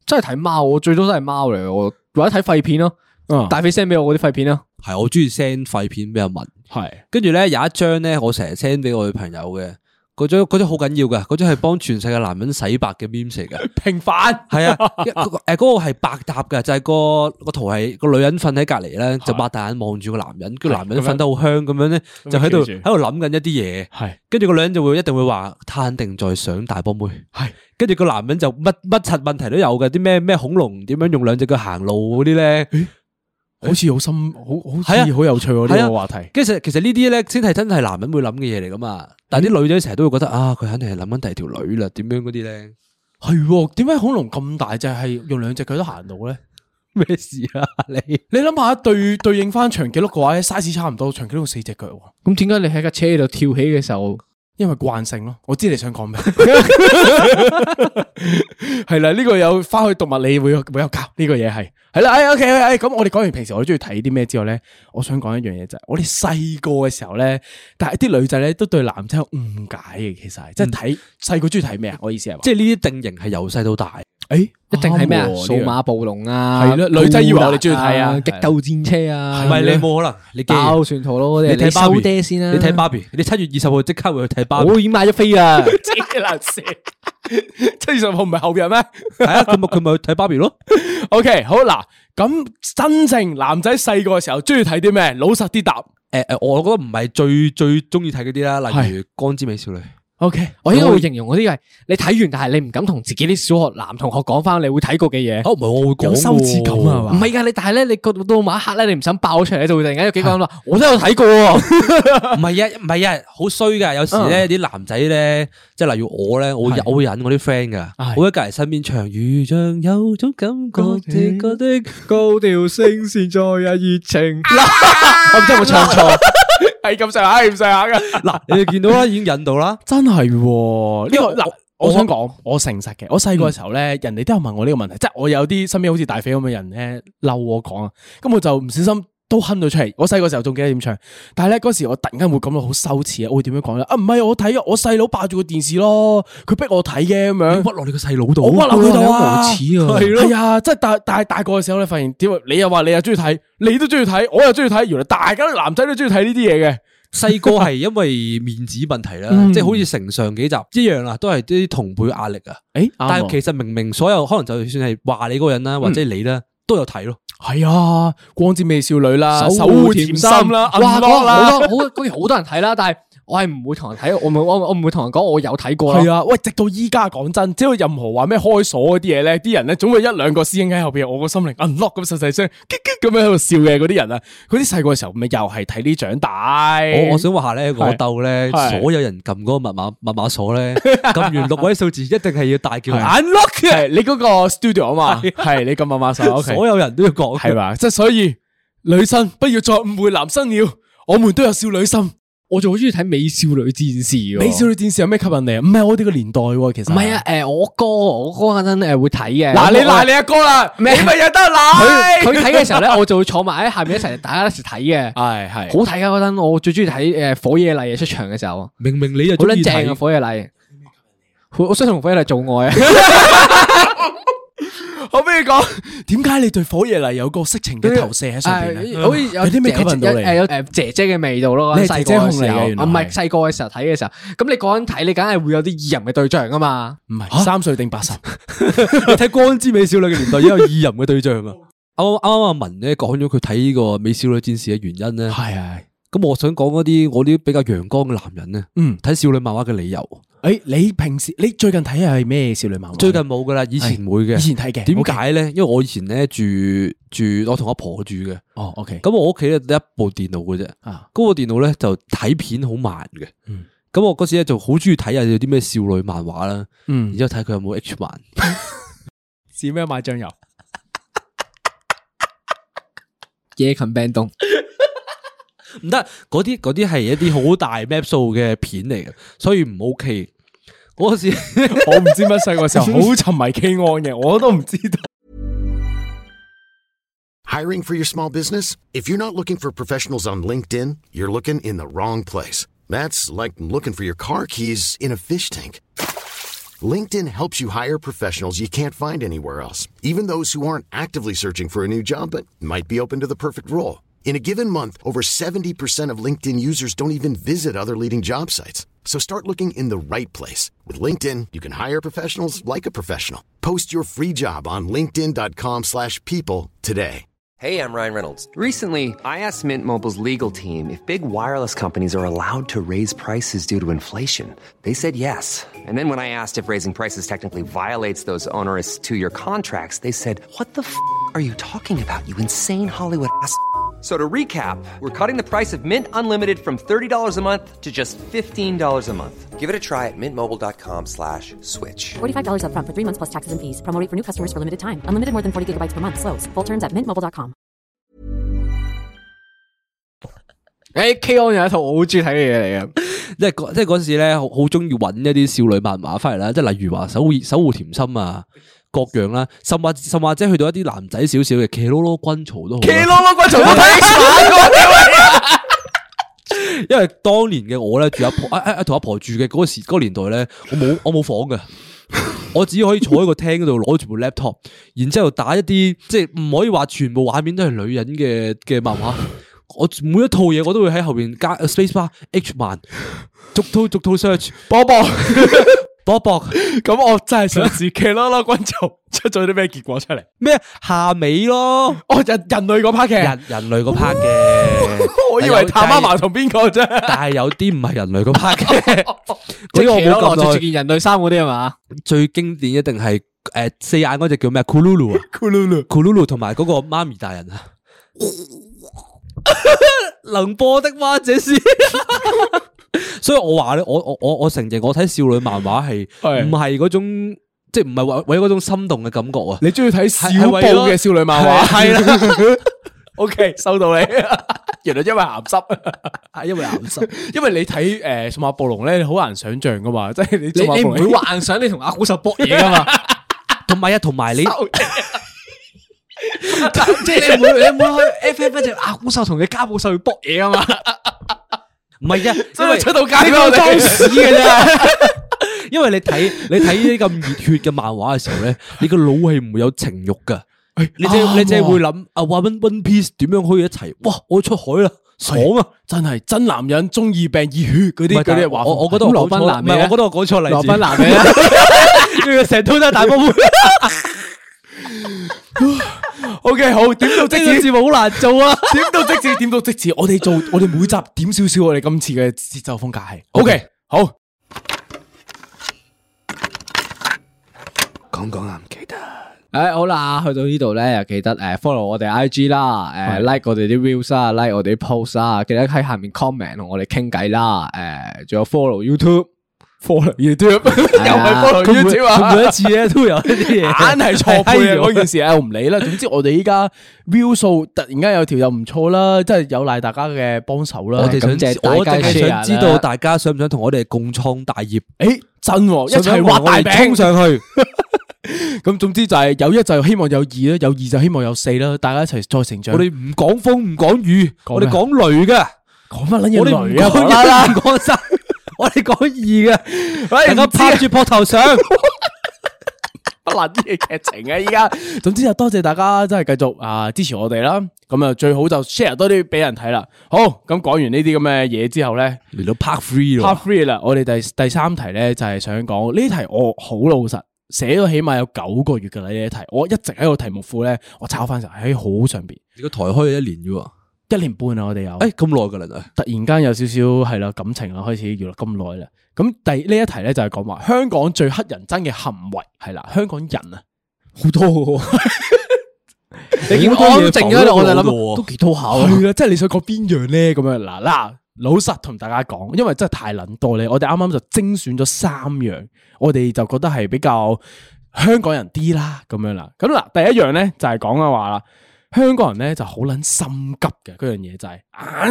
[SPEAKER 4] 真係睇貓，我最多都係貓嚟嘅，我或者睇廢片咯，
[SPEAKER 3] 嗯，
[SPEAKER 4] 大肥 send 俾我嗰啲廢片咯。
[SPEAKER 2] 係我中意 send 廢片俾阿文，
[SPEAKER 3] 係
[SPEAKER 2] 跟住咧有一張咧，我成日 send 俾我女朋友嘅，嗰張嗰張好緊要㗎，嗰張係幫全世界男人洗白嘅 meme 嚟㗎。
[SPEAKER 3] 平凡。
[SPEAKER 2] 系啊，一嗰個誒嗰個係百搭嘅，就係個個圖係個女人瞓喺隔離咧，就擘大眼望住個男人，跟住男人瞓得好香咁樣咧，
[SPEAKER 3] 樣
[SPEAKER 2] 就喺度
[SPEAKER 3] 企住
[SPEAKER 2] 喺度諗緊一啲嘢，
[SPEAKER 3] 係
[SPEAKER 2] 跟住個女人就會一定會話，他肯定在想大波妹，
[SPEAKER 3] 係
[SPEAKER 2] 跟住個男人就乜乜柒問題都有嘅，啲咩咩恐龍點樣用兩隻腳行路嗰啲咧，
[SPEAKER 3] 好似好深，好好
[SPEAKER 2] 係
[SPEAKER 3] 似
[SPEAKER 2] 啊
[SPEAKER 3] 好有趣喎呢
[SPEAKER 2] 係啊
[SPEAKER 3] 個話題。
[SPEAKER 2] 跟住其實呢啲咧先係真係男人會諗嘅嘢嚟噶嘛，但係啲女仔成日都會覺得啊，佢肯定係諗緊第二條女啦，點樣嗰啲咧
[SPEAKER 3] 係喎，點解恐龍咁大隻係用兩隻腳都行路咧？
[SPEAKER 2] 咩事啊你？
[SPEAKER 3] 你諗下對對應翻長頸鹿嘅話咧，size 差唔多，長頸鹿四隻腳喎，
[SPEAKER 4] 咁點解你喺架車度跳起嘅時候，
[SPEAKER 3] 因為慣性咯。我知你想講咩， 係啦，呢個有翻去讀物理會有會有教呢個嘢係係啦。哎，OK，哎咁我哋講完平時我哋中意睇啲咩之後咧，我想講一樣嘢就係我哋細個嘅時候咧，但係啲女仔咧都對男仔有誤解嘅，其實係即
[SPEAKER 4] 嗯
[SPEAKER 3] 係睇細個中意睇咩啊？我意思係話，
[SPEAKER 2] 即係呢啲定型係由細到大。
[SPEAKER 3] 誒
[SPEAKER 4] 一定係咩啊
[SPEAKER 3] 啱？喎
[SPEAKER 4] 數
[SPEAKER 3] 呢樣
[SPEAKER 4] 碼暴龍啊，
[SPEAKER 3] 係咯女仔以為我哋鍾意睇啊
[SPEAKER 4] 高達激鬥戰車啊，
[SPEAKER 2] 唔係你冇可能，你記
[SPEAKER 4] 爆旋陀螺嗰啲，
[SPEAKER 2] 你睇芭
[SPEAKER 4] 收
[SPEAKER 2] 比
[SPEAKER 4] 爹先啦，
[SPEAKER 2] 你睇芭比，你七月二十號即刻會去睇芭比，
[SPEAKER 4] 我已經買咗飛 啊，
[SPEAKER 3] 黐撚線，七月十號唔係後日咩？
[SPEAKER 2] 係啊，佢咪佢咪去睇芭比咯。
[SPEAKER 3] O、k 好嗱，咁真正男仔細個嘅時候中意睇啲咩？老實啲答。
[SPEAKER 2] 誒誒，我覺得唔係最最中意睇嗰啲啦，例如《光之美少女》。
[SPEAKER 3] O K，
[SPEAKER 4] 我應該會形容嗰啲係你睇完，但係你唔敢同自己啲小學男同學講翻你會睇過嘅嘢。
[SPEAKER 2] 哦，唔係我會講
[SPEAKER 3] 有羞恥感啊係嘛
[SPEAKER 4] 唔係㗎，你但係咧，你覺到到某一刻咧，你唔想爆出嚟咧，就會突然間有幾個人話：我都有睇過 喎。
[SPEAKER 2] 唔係啊，唔係啊，好衰噶。有時咧，啲男仔咧，即啊係例如我咧，我會
[SPEAKER 3] 係
[SPEAKER 2] 我會引我啲 friend 噶，
[SPEAKER 3] 係
[SPEAKER 2] 我會喺隔離身邊唱，如像有種感覺，你覺得
[SPEAKER 4] 高調聲線再也熱情。我唔知有冇唱錯。
[SPEAKER 3] 係咁上下，係咁上下噶。
[SPEAKER 2] 嗱， 你哋見到啦，已經引到啦。
[SPEAKER 3] 真係喎，呢
[SPEAKER 2] 因為我
[SPEAKER 3] 個嗱，
[SPEAKER 2] 我
[SPEAKER 3] 我嗯想講，我誠實嘅。我細個嘅時候咧，人哋都有問我呢個問題，即係我有啲身邊好似大肥咁嘅人咧，嬲我講啊，咁我就唔小心。都哼到出嚟，我細個時候仲記得點唱，但係咧嗰時我突然間會感到好羞恥啊！我會點樣講咧？啊，唔係我睇啊，我細佬霸住個電視咯，佢逼我睇嘅咁樣。
[SPEAKER 2] 屈落你個細佬度，
[SPEAKER 3] 我屈落佢度啊，
[SPEAKER 2] 你好無恥啊！
[SPEAKER 3] 嗯係咯，係啊，即係大大大個嘅時候咧，發現點啊？你又話你又中意睇，你都中意睇，我又中意睇，原來大家都男仔都中意睇呢啲嘢嘅。
[SPEAKER 2] 細個係因為面子問題啦，即係好似成上幾集一樣啊啦，都係啲同輩壓力啊。
[SPEAKER 3] 誒，
[SPEAKER 2] 但係其實明明所有可能就算係話你嗰個人啦，或者你啦，都有睇咯。
[SPEAKER 3] 係啊，光之美少女啦，守
[SPEAKER 4] 護
[SPEAKER 3] 護甜心啦，
[SPEAKER 4] 哇！
[SPEAKER 3] 哇，
[SPEAKER 4] 嗰
[SPEAKER 3] 啦，
[SPEAKER 4] 好多好，嗰件好多人睇啦，但係我係唔會同人睇，我唔我我唔會同人講我有睇過
[SPEAKER 3] 係
[SPEAKER 4] 咯。
[SPEAKER 3] 啊，喂，直到依家講真，只要任何話咩開鎖嗰啲嘢咧，啲人咧總會一兩個師兄喺後邊，我個心靈 unlock 咁細細聲，嘰嘰咁樣喺度笑嘅嗰啲人啊，嗰啲細個嘅時候咪又係睇呢長大。
[SPEAKER 2] 我我想話咧，我鬥咧，
[SPEAKER 3] 係
[SPEAKER 2] 所有人撳嗰個密碼密碼鎖 咧，撳完六位數字一定係要大叫啊 unlock 嘅，
[SPEAKER 3] 係你嗰個 studio 啊嘛，係你咁慢慢手，OK。
[SPEAKER 2] 所有人都要講。
[SPEAKER 3] 系嘛？即系所以，女生不要再誤會男生了，我們都有少女心。
[SPEAKER 4] 我仲好中意睇《美少女戰士》喎。
[SPEAKER 3] 美少女戰士有咩吸引你啊？唔係我哋個年代喎，其實
[SPEAKER 4] 唔係啊，，誒我哥，我哥嗰陣誒會睇嘅。
[SPEAKER 3] 嗱你
[SPEAKER 4] 咁我
[SPEAKER 3] 賴你阿哥啦，你
[SPEAKER 4] 咩
[SPEAKER 3] 咪有得
[SPEAKER 4] 佢
[SPEAKER 3] 賴。
[SPEAKER 4] 佢睇嘅時候咧，我就會坐埋喺下面一齊，大家一齊睇 嘅，
[SPEAKER 3] 係係
[SPEAKER 4] 好睇啊噶嗰陣。我最中意睇誒火野麗啊出場嘅時候，好
[SPEAKER 2] 明明你就 中意
[SPEAKER 4] 撚正啊！
[SPEAKER 2] 睇，
[SPEAKER 4] 火野麗，好我想同火野麗做愛啊！
[SPEAKER 3] 可唔可以讲点解你对火夜嚟有个色情嘅投射喺上边咧？
[SPEAKER 4] 誒好似 有
[SPEAKER 3] 有啲咩吸引到你
[SPEAKER 4] 誒有誒姐姐嘅味道咯。
[SPEAKER 3] 你係姐
[SPEAKER 4] 細個
[SPEAKER 3] 姐控
[SPEAKER 4] 嘅
[SPEAKER 3] 嚟嘅
[SPEAKER 4] 時候，
[SPEAKER 3] 原來
[SPEAKER 4] 唔係細個嘅時候睇嘅時候，咁你嗰陣睇，你梗係會有啲意淫嘅對象噶啊
[SPEAKER 3] 唔
[SPEAKER 4] 嘛。
[SPEAKER 3] 系三岁定八十，
[SPEAKER 2] 你睇《光之美少女》嘅年代已經有意淫嘅對象 啊！啱啱啱阿文咧講咗佢睇呢個《美少女戰士》嘅原因咧，
[SPEAKER 3] 系系，
[SPEAKER 2] 咁我想講嗰啲我啲比較陽光嘅男人咧，
[SPEAKER 3] 嗯，
[SPEAKER 2] 睇少女漫畫嘅理由，
[SPEAKER 3] 诶，你平时你最近睇係咩少女漫畫？
[SPEAKER 2] 最近冇噶啦，以前會嘅，
[SPEAKER 3] 以前睇嘅
[SPEAKER 2] 點解咧？因為我以前咧住住我同阿婆住嘅，
[SPEAKER 3] 哦，OK，
[SPEAKER 2] 咁我屋企咧得一部電腦嘅啫，
[SPEAKER 3] 啊，嗯
[SPEAKER 2] 嗰部電腦咧就睇片好慢嘅，咁我嗰時咧就好中意睇下有啲咩少女漫畫啦，然
[SPEAKER 3] 嗯，
[SPEAKER 2] 之後睇佢有冇 H 漫。
[SPEAKER 3] 是咩买 醬油？
[SPEAKER 4] 野禽病毒，
[SPEAKER 2] 唔得，嗰啲嗰啲系一啲好大 map 數嘅片嚟嘅，所以唔 OK。嗰時
[SPEAKER 3] 我唔知乜細 個時候好沉迷 K 安嘅，我都唔知道。
[SPEAKER 6] Hiring for your small business? If you're not looking for professionals on LinkedIn, you're looking in the wrong place. That's like looking for your car keys in a fish tank. LinkedIn helps you hire professionals you can't find anywhere else, even those who aren't actively searching for a new job but might be open to the perfect role. In a given month, over 70% of LinkedIn users don't even visit other leading job sites. So start looking in the right place. With LinkedIn, you can hire professionals like a professional. Post your free job on linkedin.com/people slash people today.
[SPEAKER 7] Hey, I'm Ryan Reynolds. Recently, I asked Mint Mobile's legal team if big wireless companies are allowed to raise prices due to inflation. They said yes. And then when I asked if raising prices technically violates those onerous two year contracts, they said, What the f are you talking about, you insane Hollywood ass? f- a-" So to recap, we're cutting the price of Mint Unlimited from $30 a month to just $15 a month. Give it a try at mintmobile.com slash switch.
[SPEAKER 8] $45 upfront for three months plus taxes and fees. Promo rate for new customers for limited time. Unlimited more than 40 gigabytes per month. Slows. Full terms at mintmobile.com.
[SPEAKER 4] 誒 K 安有一套我好中意睇嘅嘢嚟嘅，
[SPEAKER 2] 即係嗰即係嗰時咧，好好中意揾一啲少女漫畫翻嚟啦，即係例如話守護守護甜心啊，各樣啦，甚或甚或者去到一啲男仔少少嘅騎囉囉軍曹都好啦，啊
[SPEAKER 4] 騎咯咯骨頭都睇 X
[SPEAKER 2] 因為當年嘅我咧住阿婆，啊啊啊同阿婆住嘅嗰個時嗰個年代咧，我冇我冇房嘅。我只可以坐喺個廳嗰度攞住部 laptop，然之後打一啲即係唔可以話全部畫面都係女人嘅嘅漫畫。我每一套嘢我都會喺後邊加呃 space bar H 漫，逐套逐套 search
[SPEAKER 3] 波波，
[SPEAKER 2] 搏一搏
[SPEAKER 3] 咁我真係想試 K 啦啦軍曹出咗啲咩結果出嚟？
[SPEAKER 2] 咩下尾咯，
[SPEAKER 3] 哦，人人類嗰 part 嘅，，
[SPEAKER 2] 人人類嗰 part 嘅
[SPEAKER 3] 我以為探媽嫲同邊個啫。
[SPEAKER 2] 但係有啲唔係人類嗰 part 嘅，
[SPEAKER 4] 即
[SPEAKER 2] 嗰啲
[SPEAKER 4] 係
[SPEAKER 2] 我
[SPEAKER 4] 騎
[SPEAKER 2] 冇
[SPEAKER 4] 咯
[SPEAKER 2] 咁
[SPEAKER 4] 咯
[SPEAKER 2] 耐
[SPEAKER 4] 着住件人類衫嗰啲係嘛？
[SPEAKER 2] 最經典一定係诶四眼嗰只叫咩？Kululu 啊，Kululu，Kululu 同埋嗰個媽咪 大人啊，能播的嗎？這 是，所以我話咧，我我我我承認，我睇少女漫畫係
[SPEAKER 3] 係
[SPEAKER 2] 唔係嗰種，即系唔係為為嗰種心動嘅感覺啊？
[SPEAKER 3] 你中意睇小布嘅少女漫畫？
[SPEAKER 2] 係係
[SPEAKER 3] 啦。O K，收到你。 原來因為鹹濕，
[SPEAKER 2] 係 因為鹹濕，
[SPEAKER 3] 因為你睇诶《數碼暴龍》咧，你好難想象噶嘛，即 係你
[SPEAKER 4] 你
[SPEAKER 3] 數碼
[SPEAKER 4] 你
[SPEAKER 3] 暴
[SPEAKER 4] 唔
[SPEAKER 3] 龍
[SPEAKER 4] 會幻想你同阿古獸搏 嘢噶嘛？
[SPEAKER 2] 同埋啊，同埋你
[SPEAKER 4] 即係你唔會你唔會去 F F 一隻阿
[SPEAKER 2] 啊
[SPEAKER 4] 古獸同你家暴獸去搏嘢啊嘛？
[SPEAKER 2] 唔係啊，因
[SPEAKER 4] 因為
[SPEAKER 2] 為
[SPEAKER 4] 出到街
[SPEAKER 2] 你
[SPEAKER 4] 俾
[SPEAKER 2] 個
[SPEAKER 4] 我
[SPEAKER 2] 裝
[SPEAKER 4] 裝
[SPEAKER 2] 屎
[SPEAKER 4] 屎
[SPEAKER 2] 嘅
[SPEAKER 4] 嘅啫。
[SPEAKER 2] 因為你睇你睇呢啲咁熱血嘅漫畫嘅時候咧，你個腦係唔會有情慾噶。你即係你即系会谂啊，话 One One Piece 點樣可以一齊？哇！我出海啦，爽啊！
[SPEAKER 3] 真係真男人中意病熱血嗰啲
[SPEAKER 2] 唔係
[SPEAKER 3] 嗰
[SPEAKER 2] 但
[SPEAKER 3] 啲
[SPEAKER 2] 係
[SPEAKER 3] 話，
[SPEAKER 2] 我我覺得
[SPEAKER 4] 咁
[SPEAKER 2] 我
[SPEAKER 4] 羅
[SPEAKER 2] 講
[SPEAKER 4] 賓
[SPEAKER 2] 錯，
[SPEAKER 4] 男
[SPEAKER 2] 唔
[SPEAKER 4] 嘅
[SPEAKER 2] 係我覺得我講錯例子。
[SPEAKER 4] 羅賓男嘅。
[SPEAKER 2] 嘅成套都係大波妹，
[SPEAKER 3] O K 好，點到即
[SPEAKER 2] 呢個
[SPEAKER 3] 止，
[SPEAKER 2] 節目好難做啊！
[SPEAKER 3] 點到即止，點到即止。我哋做，我哋每集點少少，我哋今次嘅節奏風格係 O
[SPEAKER 2] OK
[SPEAKER 3] K 好。
[SPEAKER 1] 講講啊，唔記得。
[SPEAKER 4] 诶， 好啦，去到呢度咧，又記得诶 follow 我哋 IG 啦，诶 like 我哋啲 views 啊，like 我哋啲 post 啊，記得喺下面 comment 同我哋傾偈啦，诶，仲有 follow YouTube。
[SPEAKER 3] follow YouTube，又係 follow
[SPEAKER 2] 佢每
[SPEAKER 3] YouTube 啊！
[SPEAKER 2] 佢每一次咧都有一啲嘢，
[SPEAKER 3] 硬係錯配嘅嗰件事，唉我唔理啦。總之我哋依家 view 數突然間有條又唔錯啦，即係有賴大家嘅幫手啦。
[SPEAKER 2] 我哋想
[SPEAKER 4] 感謝，大家
[SPEAKER 2] 我淨係想
[SPEAKER 4] share
[SPEAKER 2] 知
[SPEAKER 4] 啦
[SPEAKER 2] 道大家想唔想同我哋共創大業，
[SPEAKER 3] 诶真喎，一齊
[SPEAKER 2] 想唔想
[SPEAKER 3] 畫
[SPEAKER 2] 同我
[SPEAKER 3] 大
[SPEAKER 2] 哋
[SPEAKER 3] 餅
[SPEAKER 2] 衝上去。
[SPEAKER 3] 咁總之就係有一就希望有二啦，有二就希望有四啦，大家一齊再成長。
[SPEAKER 2] 我哋唔講風，唔講雨，
[SPEAKER 3] 講
[SPEAKER 2] 我哋
[SPEAKER 3] 咩
[SPEAKER 2] 講雷嘅。
[SPEAKER 3] 講乜撚
[SPEAKER 2] 我哋唔
[SPEAKER 3] 嘢雷啊？
[SPEAKER 2] 講
[SPEAKER 3] 無啦啦
[SPEAKER 2] 一，唔講三，我哋講二嘅，大家
[SPEAKER 3] 唔知啊
[SPEAKER 2] 拍住膊頭上。
[SPEAKER 3] 不捻嘅劇情啊！依家，總之就多謝大家，真係繼續啊支持我哋啦。咁啊，最好就 share 多啲俾人睇啦。好，咁講完呢啲咁嘅嘢之後咧
[SPEAKER 2] 嚟到 Part Three
[SPEAKER 3] ，part
[SPEAKER 2] 咯，
[SPEAKER 3] three 啦，我哋第第三題咧就係、想講呢題我好老實。寫咗起碼有九個月噶啦呢一題，我一直喺個題目庫咧，我抄翻就喺好上邊，
[SPEAKER 2] 個台開咗一年啫喎，
[SPEAKER 3] 一年半啊，我哋有。
[SPEAKER 2] 誒咁耐噶啦，
[SPEAKER 3] 突然間有少少係啦感情啦，開始原來咁耐啦。咁第呢一題咧就係講話香港最乞人憎嘅行為係啦，香港人啊好多喎，
[SPEAKER 4] 你見我安靜咗喺度，我就諗都幾多下喎。
[SPEAKER 3] 係啦，即係你想講邊樣咧咁樣嗱嗱。老實同大家講，因為真係太撚多咧，我哋啱啱就精選咗三樣，我哋就覺得係比較香港人啲啦，咁樣啦。咁嗱，第一樣咧就係講嘅啊話啦，香港人咧就好撚心急嘅嗰樣嘢就係、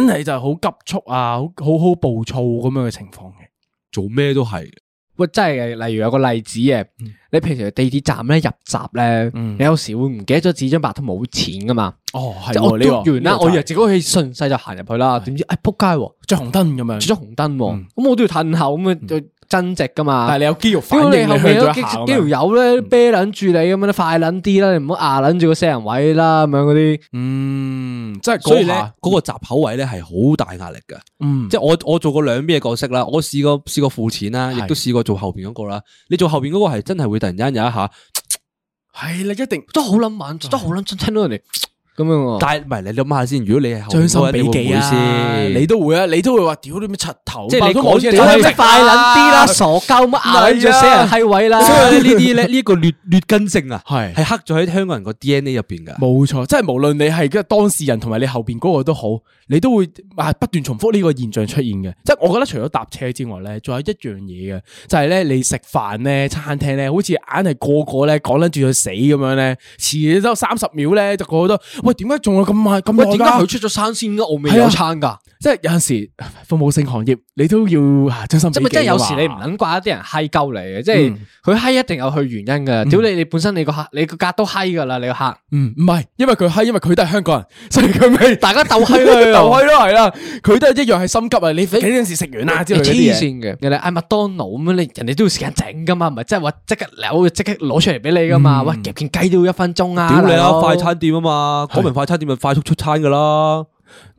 [SPEAKER 3] 硬係就係好急促啊，好好好暴躁咁樣嘅情況嘅。
[SPEAKER 2] 做咩都係，
[SPEAKER 4] 喂，真係嘅，例如有個例子嘅，
[SPEAKER 3] 嗯
[SPEAKER 4] 你平時地鐵站咧入閘咧，你有時會唔記得咗紙張白同冇錢噶嘛？
[SPEAKER 3] 哦，
[SPEAKER 4] 即
[SPEAKER 3] 嗯係
[SPEAKER 4] 係我
[SPEAKER 3] 喎呢個
[SPEAKER 4] 捉完啦，我以為
[SPEAKER 3] 日
[SPEAKER 4] 自己可以順勢就行入去啦，點知哎仆街喎，
[SPEAKER 3] 着紅燈咁樣，
[SPEAKER 4] 轉咗紅燈喎，咁我都要褪後咁啊，就增值噶嘛。
[SPEAKER 3] 嗯但係你有肌肉反應，
[SPEAKER 4] 屌你
[SPEAKER 3] 你
[SPEAKER 4] 後
[SPEAKER 3] 向咗
[SPEAKER 4] 面嗰
[SPEAKER 3] 一
[SPEAKER 4] 幾
[SPEAKER 3] 下嗯咁
[SPEAKER 4] 幾
[SPEAKER 3] 樣
[SPEAKER 4] 條友咧啤撚住你咁樣，你快撚啲啦，你唔好牙撚住個死人位啦，咁樣嗰啲。
[SPEAKER 3] 嗯，即係
[SPEAKER 2] 所以
[SPEAKER 3] 嗰
[SPEAKER 2] 咧
[SPEAKER 3] 下，
[SPEAKER 2] 嗰個閘口位咧係好大壓力嘅。
[SPEAKER 3] 嗯，
[SPEAKER 2] 即係我我做過兩邊嘅角色啦，我試過試過付錢啦，亦都試過做後邊嗰個啦。你做後邊嗰個係真係會突然間有一
[SPEAKER 3] 哦
[SPEAKER 2] 下，
[SPEAKER 3] 係啦，一定
[SPEAKER 4] 都好撚
[SPEAKER 3] 嗯
[SPEAKER 4] 猛，都好撚想聽到人哋咁樣
[SPEAKER 3] 啊
[SPEAKER 4] 喎。
[SPEAKER 2] 但係唔係你諗下先，如果你係後
[SPEAKER 3] 將
[SPEAKER 2] 邊嗰
[SPEAKER 3] 心
[SPEAKER 2] 個，你
[SPEAKER 3] 比
[SPEAKER 2] 會唔
[SPEAKER 3] 己
[SPEAKER 2] 會
[SPEAKER 3] 啊！
[SPEAKER 2] 先？
[SPEAKER 3] 你都會啊，你都會話屌你咩柒頭，
[SPEAKER 2] 即係你
[SPEAKER 3] 都
[SPEAKER 2] 講
[SPEAKER 3] 冇嘢
[SPEAKER 2] 屌
[SPEAKER 3] 爭
[SPEAKER 2] 你
[SPEAKER 3] 食
[SPEAKER 4] 快撚啲
[SPEAKER 3] 啊
[SPEAKER 4] 啦，傻鳩乜牙撚住個死人閪位啦！
[SPEAKER 2] 所以咧呢啲 咧呢一個劣劣根性啊，
[SPEAKER 3] 係
[SPEAKER 2] 係刻咗喺香港人個 DNA 入邊噶。
[SPEAKER 3] 冇錯，即係無論你係嘅當事人同埋你後邊嗰個都好，你都會啊不斷重複呢個現象出現嘅。即係我覺得除咗搭車之外咧，仲有一樣嘢嘅，就係咧你食飯咧，餐廳咧，好似硬係個個咧講緊住佢死咁樣咧，遲咗三十秒咧就個個都喂點解仲有咁慢咁耐
[SPEAKER 4] 喂，
[SPEAKER 3] 㗎
[SPEAKER 4] 點解佢出咗山先㗎？我未
[SPEAKER 3] 係啊
[SPEAKER 4] 有餐㗎。
[SPEAKER 3] 即係有陣時服務性行業你都要啊將心比
[SPEAKER 4] 即
[SPEAKER 3] 己
[SPEAKER 4] 係即係有時
[SPEAKER 3] 啊
[SPEAKER 4] 你唔
[SPEAKER 3] 嘛
[SPEAKER 4] 撚怪一啲人閪鳩你嘅，即係
[SPEAKER 3] 嗯
[SPEAKER 4] 佢閪一定有佢原因嘅。屌你，你本身你個客你個格都閪㗎啦，你個客
[SPEAKER 3] 嗯，唔係，因為佢閪，因為佢都係香港人， 所以佢咪
[SPEAKER 4] 大家 鬥閪
[SPEAKER 3] 係
[SPEAKER 4] 佢
[SPEAKER 3] 啦，
[SPEAKER 4] 啊
[SPEAKER 3] 鬥閪咯，係啦，佢都係一樣係心急啊！你你嗰陣時食完啦之類
[SPEAKER 4] 你
[SPEAKER 3] 嗰
[SPEAKER 4] 黐
[SPEAKER 3] 啲嘢，
[SPEAKER 4] 線嘅，人哋嗌麥當勞咁樣，你人哋都要時間整㗎嘛，唔係即係話即刻扭即刻攞出嚟俾你㗎嘛。喂，夾件雞都要一分鐘啊！
[SPEAKER 2] 屌你
[SPEAKER 4] 大
[SPEAKER 2] 啦！
[SPEAKER 4] 佬
[SPEAKER 2] 快餐店啊嘛，講明快餐店咪快速出餐噶啦，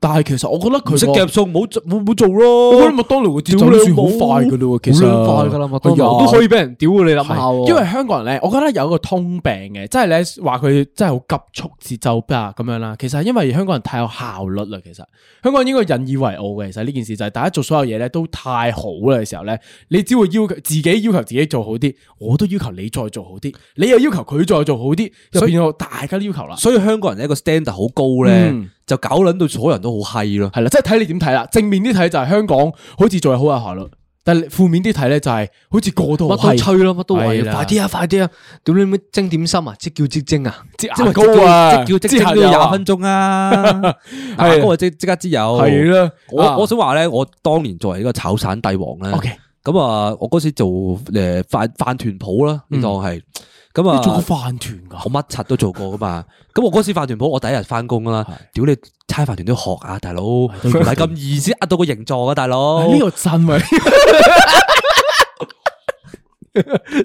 [SPEAKER 3] 但係其實我覺得佢
[SPEAKER 2] 唔識
[SPEAKER 3] 個
[SPEAKER 2] 夾，餸冇冇冇做
[SPEAKER 3] 我覺
[SPEAKER 2] 咯
[SPEAKER 3] 得。麥當勞嘅
[SPEAKER 2] 屌
[SPEAKER 3] 節奏
[SPEAKER 2] 你
[SPEAKER 3] 算好
[SPEAKER 2] 老母
[SPEAKER 3] 快嘅嘞喎，其實
[SPEAKER 4] 好撚快㗎啦，麥當
[SPEAKER 3] 係啊
[SPEAKER 4] 勞都可以俾人屌㗎你諗下
[SPEAKER 3] 係
[SPEAKER 4] 喎。
[SPEAKER 3] 因為香港人咧，我覺得有一個通病嘅，即係咧話佢真係好急促節奏啊咁樣啦。其實係因為香港人太有效率啦，其實香港人應該引以為傲嘅。其實呢件事就係大家做所有嘢咧都太好啦嘅時候咧，你只會要求自己要求自己做好啲，我都要求你再做好啲，你又要求佢再做好啲，就變咗大家都要求啦。
[SPEAKER 2] 所以香港人一個 standard 好高咧
[SPEAKER 3] 嗯，
[SPEAKER 2] 就搞捻到所有人都好閪咯。
[SPEAKER 3] 係啦，即係睇你點睇啦。正面啲睇就係香港好似做嘢好有效率，但係負面啲睇咧就係好似過度
[SPEAKER 4] 乜都
[SPEAKER 3] 係
[SPEAKER 4] 吹啊咯，乜都話
[SPEAKER 3] 係
[SPEAKER 4] 要
[SPEAKER 3] 啦
[SPEAKER 4] 快啲啊，快啲啊！屌你咩蒸點心啊，即叫即蒸啊！
[SPEAKER 3] 即
[SPEAKER 2] 即係
[SPEAKER 3] 牙膏啊，
[SPEAKER 2] 即叫即
[SPEAKER 3] 擠
[SPEAKER 2] 蒸
[SPEAKER 3] 牙
[SPEAKER 2] 都
[SPEAKER 3] 油
[SPEAKER 2] 要
[SPEAKER 3] 啊
[SPEAKER 2] 廿分鐘 啊，牙膏啊即即刻之有。
[SPEAKER 3] 係啦，啊
[SPEAKER 2] 我我想話咧，我當年作為一個炒散帝王咧
[SPEAKER 3] OK，
[SPEAKER 2] 咁啊，我嗰時做诶飯飯團鋪啦，你當係咁
[SPEAKER 3] 嗯你做過
[SPEAKER 2] 啊。
[SPEAKER 3] 飯團 噶？
[SPEAKER 2] 我乜柒都做過噶嘛，咁我嗰時飯團鋪，我第一日翻工啦，屌你猜飯團都要學啊，大佬，唔係咁易先呃到個形狀啊，大佬。
[SPEAKER 3] 呢個真咪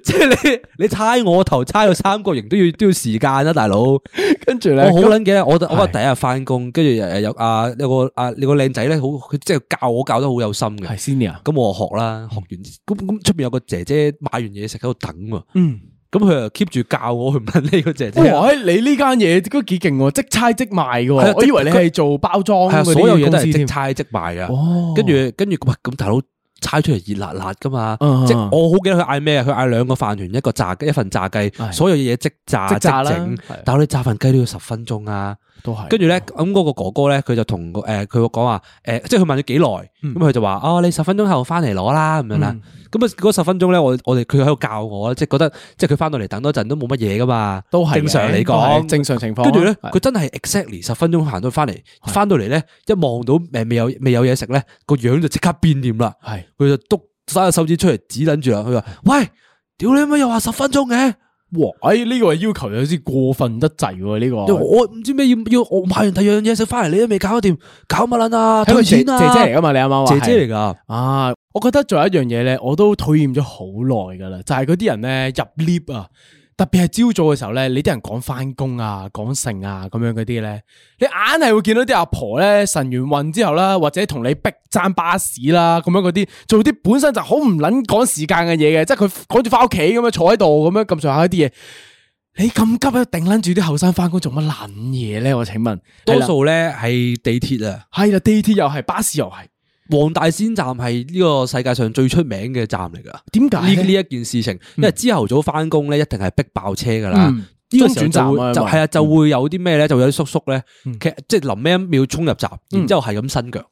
[SPEAKER 2] 即係你你猜我頭猜到三角形都要都要時間啊啦，大佬。我
[SPEAKER 3] 跟住咧，
[SPEAKER 2] 好撚嘅，我我第一日翻工，跟住誒有啊有個啊有個靚仔咧，好佢即係教我教得好有心
[SPEAKER 3] 係嗯
[SPEAKER 2] 嘅。
[SPEAKER 3] senior，
[SPEAKER 2] 咁我學啦，學完咁咁出面有個姐姐買完嘢食喺度等喎，
[SPEAKER 3] 嗯，
[SPEAKER 2] 咁佢又 keep 住教我，佢唔撚呢個姐姐。係啊
[SPEAKER 3] 哇！你呢間嘢都幾勁喎，即猜即賣嘅
[SPEAKER 2] 係啊
[SPEAKER 3] 喎，我以為你係做包裝
[SPEAKER 2] 啊，
[SPEAKER 3] 嗰啲
[SPEAKER 2] 所有嘢都
[SPEAKER 3] 公
[SPEAKER 2] 係
[SPEAKER 3] 司
[SPEAKER 2] 即
[SPEAKER 3] 添
[SPEAKER 2] 猜即賣啊。
[SPEAKER 3] 哦，
[SPEAKER 2] 跟住跟住喂，咁大佬猜出嚟熱辣辣噶嘛？
[SPEAKER 3] 嗯
[SPEAKER 2] 即
[SPEAKER 3] 嗯
[SPEAKER 2] 我好記得佢嗌咩啊？佢嗌兩個飯團，一個炸一份炸雞，所有嘢即炸
[SPEAKER 3] 即炸啦
[SPEAKER 2] 整
[SPEAKER 3] 係。
[SPEAKER 2] 但係你炸份雞都要十分鐘啊！
[SPEAKER 3] 都係
[SPEAKER 2] 跟住咧，咁嗰個哥哥咧，佢就同個誒佢講話誒，即係佢問咗幾耐，
[SPEAKER 3] 嗯
[SPEAKER 2] 咁佢就話哦，你十分鐘後翻嚟攞啦咁樣啦。咁啊嗰十分鐘咧，我我哋佢喺度教我啦，即係覺得即係佢翻到嚟等多陣都冇乜嘢噶嘛，
[SPEAKER 3] 都係
[SPEAKER 2] 正常
[SPEAKER 3] 嘅
[SPEAKER 2] 嚟
[SPEAKER 3] 都係
[SPEAKER 2] 講。
[SPEAKER 3] 正常情況啊。
[SPEAKER 2] 跟住咧，
[SPEAKER 3] 係
[SPEAKER 2] 佢真係 exactly 十分鐘行到翻嚟，翻到嚟咧一望到誒未有未有嘢食咧，個樣就即刻變臉啦。
[SPEAKER 3] 係
[SPEAKER 2] 佢就篤晒個手指出嚟指撚住啦。佢話：喂，屌你乜又話十分鐘嘅？
[SPEAKER 3] 哇！哎，呢個要求有啲過分得滯喎，呢個
[SPEAKER 2] 因為我唔知咩要要我買完第二樣嘢食翻嚟，你都未搞得掂，搞乜撚啊？
[SPEAKER 3] 睇個
[SPEAKER 2] 退
[SPEAKER 3] 姐姐
[SPEAKER 2] 錢啊！
[SPEAKER 3] 姐嚟噶嘛？你啱啱話
[SPEAKER 2] 姐
[SPEAKER 3] 係
[SPEAKER 2] 姐嚟㗎，
[SPEAKER 3] 啊！我覺得仲有一樣嘢咧，我都討厭咗好耐噶啦，就係嗰啲人咧入 lift 啊，突特別係朝早嘅時候咧，你啲人講翻工啊、講成啊咁樣嗰啲咧，你硬係會見到啲阿婆咧晨完運之後啦，或者同你逼爭巴士啦，咁樣嗰啲做啲本身就好唔撚趕時間嘅嘢嘅，即係佢趕住翻屋企咁樣坐喺度咁樣咁上下一啲嘢。你咁急啊，定撚住啲後生翻工做乜撚嘢咧？我請問，
[SPEAKER 2] 多數咧係地鐵啊，
[SPEAKER 3] 係啦，地鐵又係，巴士又係，
[SPEAKER 2] 黃大仙站係呢個世界上最出名嘅站嚟噶。
[SPEAKER 3] 點解
[SPEAKER 2] 呢呢
[SPEAKER 3] 呢？
[SPEAKER 2] 一件事情，因為朝頭早翻工咧，一定係逼爆車噶啦。
[SPEAKER 3] 嗯
[SPEAKER 2] 呢個時候
[SPEAKER 3] 中轉站
[SPEAKER 2] 就會就
[SPEAKER 3] 啊因為
[SPEAKER 2] 係啊，就會有啲咩咧，就會有啲叔叔咧
[SPEAKER 3] 嗯，
[SPEAKER 2] 其實即係臨尾一秒衝入閘，然之後係咁伸腳，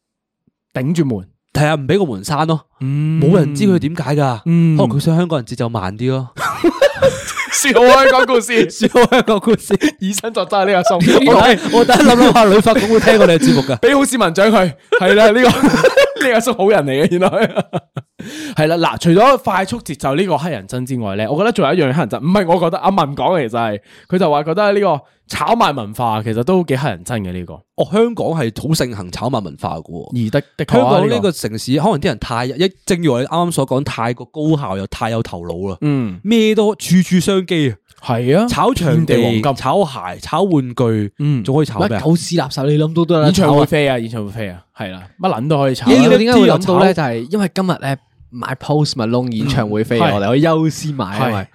[SPEAKER 3] 頂住門，
[SPEAKER 2] 係啊，唔俾個門閂咯，
[SPEAKER 3] 嗯
[SPEAKER 2] 冇人知佢點解㗎。哦
[SPEAKER 3] 嗯
[SPEAKER 2] 可能佢想香港人節奏慢啲 咯。
[SPEAKER 3] 笑啊！講故事，
[SPEAKER 2] 笑香港故事，
[SPEAKER 3] 以身作則呢個心，
[SPEAKER 2] 我我等諗諗下，旅發局會聽我哋嘅節目㗎。
[SPEAKER 3] 俾好市民獎佢，係啦，呢個 呢個叔好人嚟嘅，原來係啦。嗱，除咗快速節奏呢個黑人憎之外咧，我覺得仲有一樣黑人憎，唔係我覺得阿文講嘅，其實係佢就話覺得呢個炒賣文化其實都幾黑人憎嘅呢個，
[SPEAKER 2] 哦，香港係好盛行炒賣文化㗎喎。
[SPEAKER 3] 而得的確
[SPEAKER 2] 香
[SPEAKER 3] 啊
[SPEAKER 2] 港呢個城市，可能啲人太一，正如我哋啱啱所講，太過高效又太有頭腦啦，
[SPEAKER 3] 嗯
[SPEAKER 2] 咩都處處商機啊！
[SPEAKER 3] 係啊，
[SPEAKER 2] 炒場
[SPEAKER 3] 遍
[SPEAKER 2] 地、
[SPEAKER 3] 地黃金
[SPEAKER 2] 炒鞋、炒玩具，
[SPEAKER 3] 嗯
[SPEAKER 2] 仲可以炒
[SPEAKER 4] 乜
[SPEAKER 2] 咩啊？
[SPEAKER 4] 狗屎垃圾你諗到都有得
[SPEAKER 3] 演唱
[SPEAKER 4] 炒
[SPEAKER 3] 會
[SPEAKER 4] 啊！
[SPEAKER 3] 飛啊，演唱會飛啊，係啦，乜撚都可以炒啊。
[SPEAKER 4] 呢個點解會
[SPEAKER 2] NFT 又
[SPEAKER 4] 諗到咧？就
[SPEAKER 2] 炒
[SPEAKER 4] 係因為今日咧買 Post Malone 演唱會飛，
[SPEAKER 3] 嗯係
[SPEAKER 4] 我哋可以優先買啊
[SPEAKER 3] 係
[SPEAKER 4] 因為。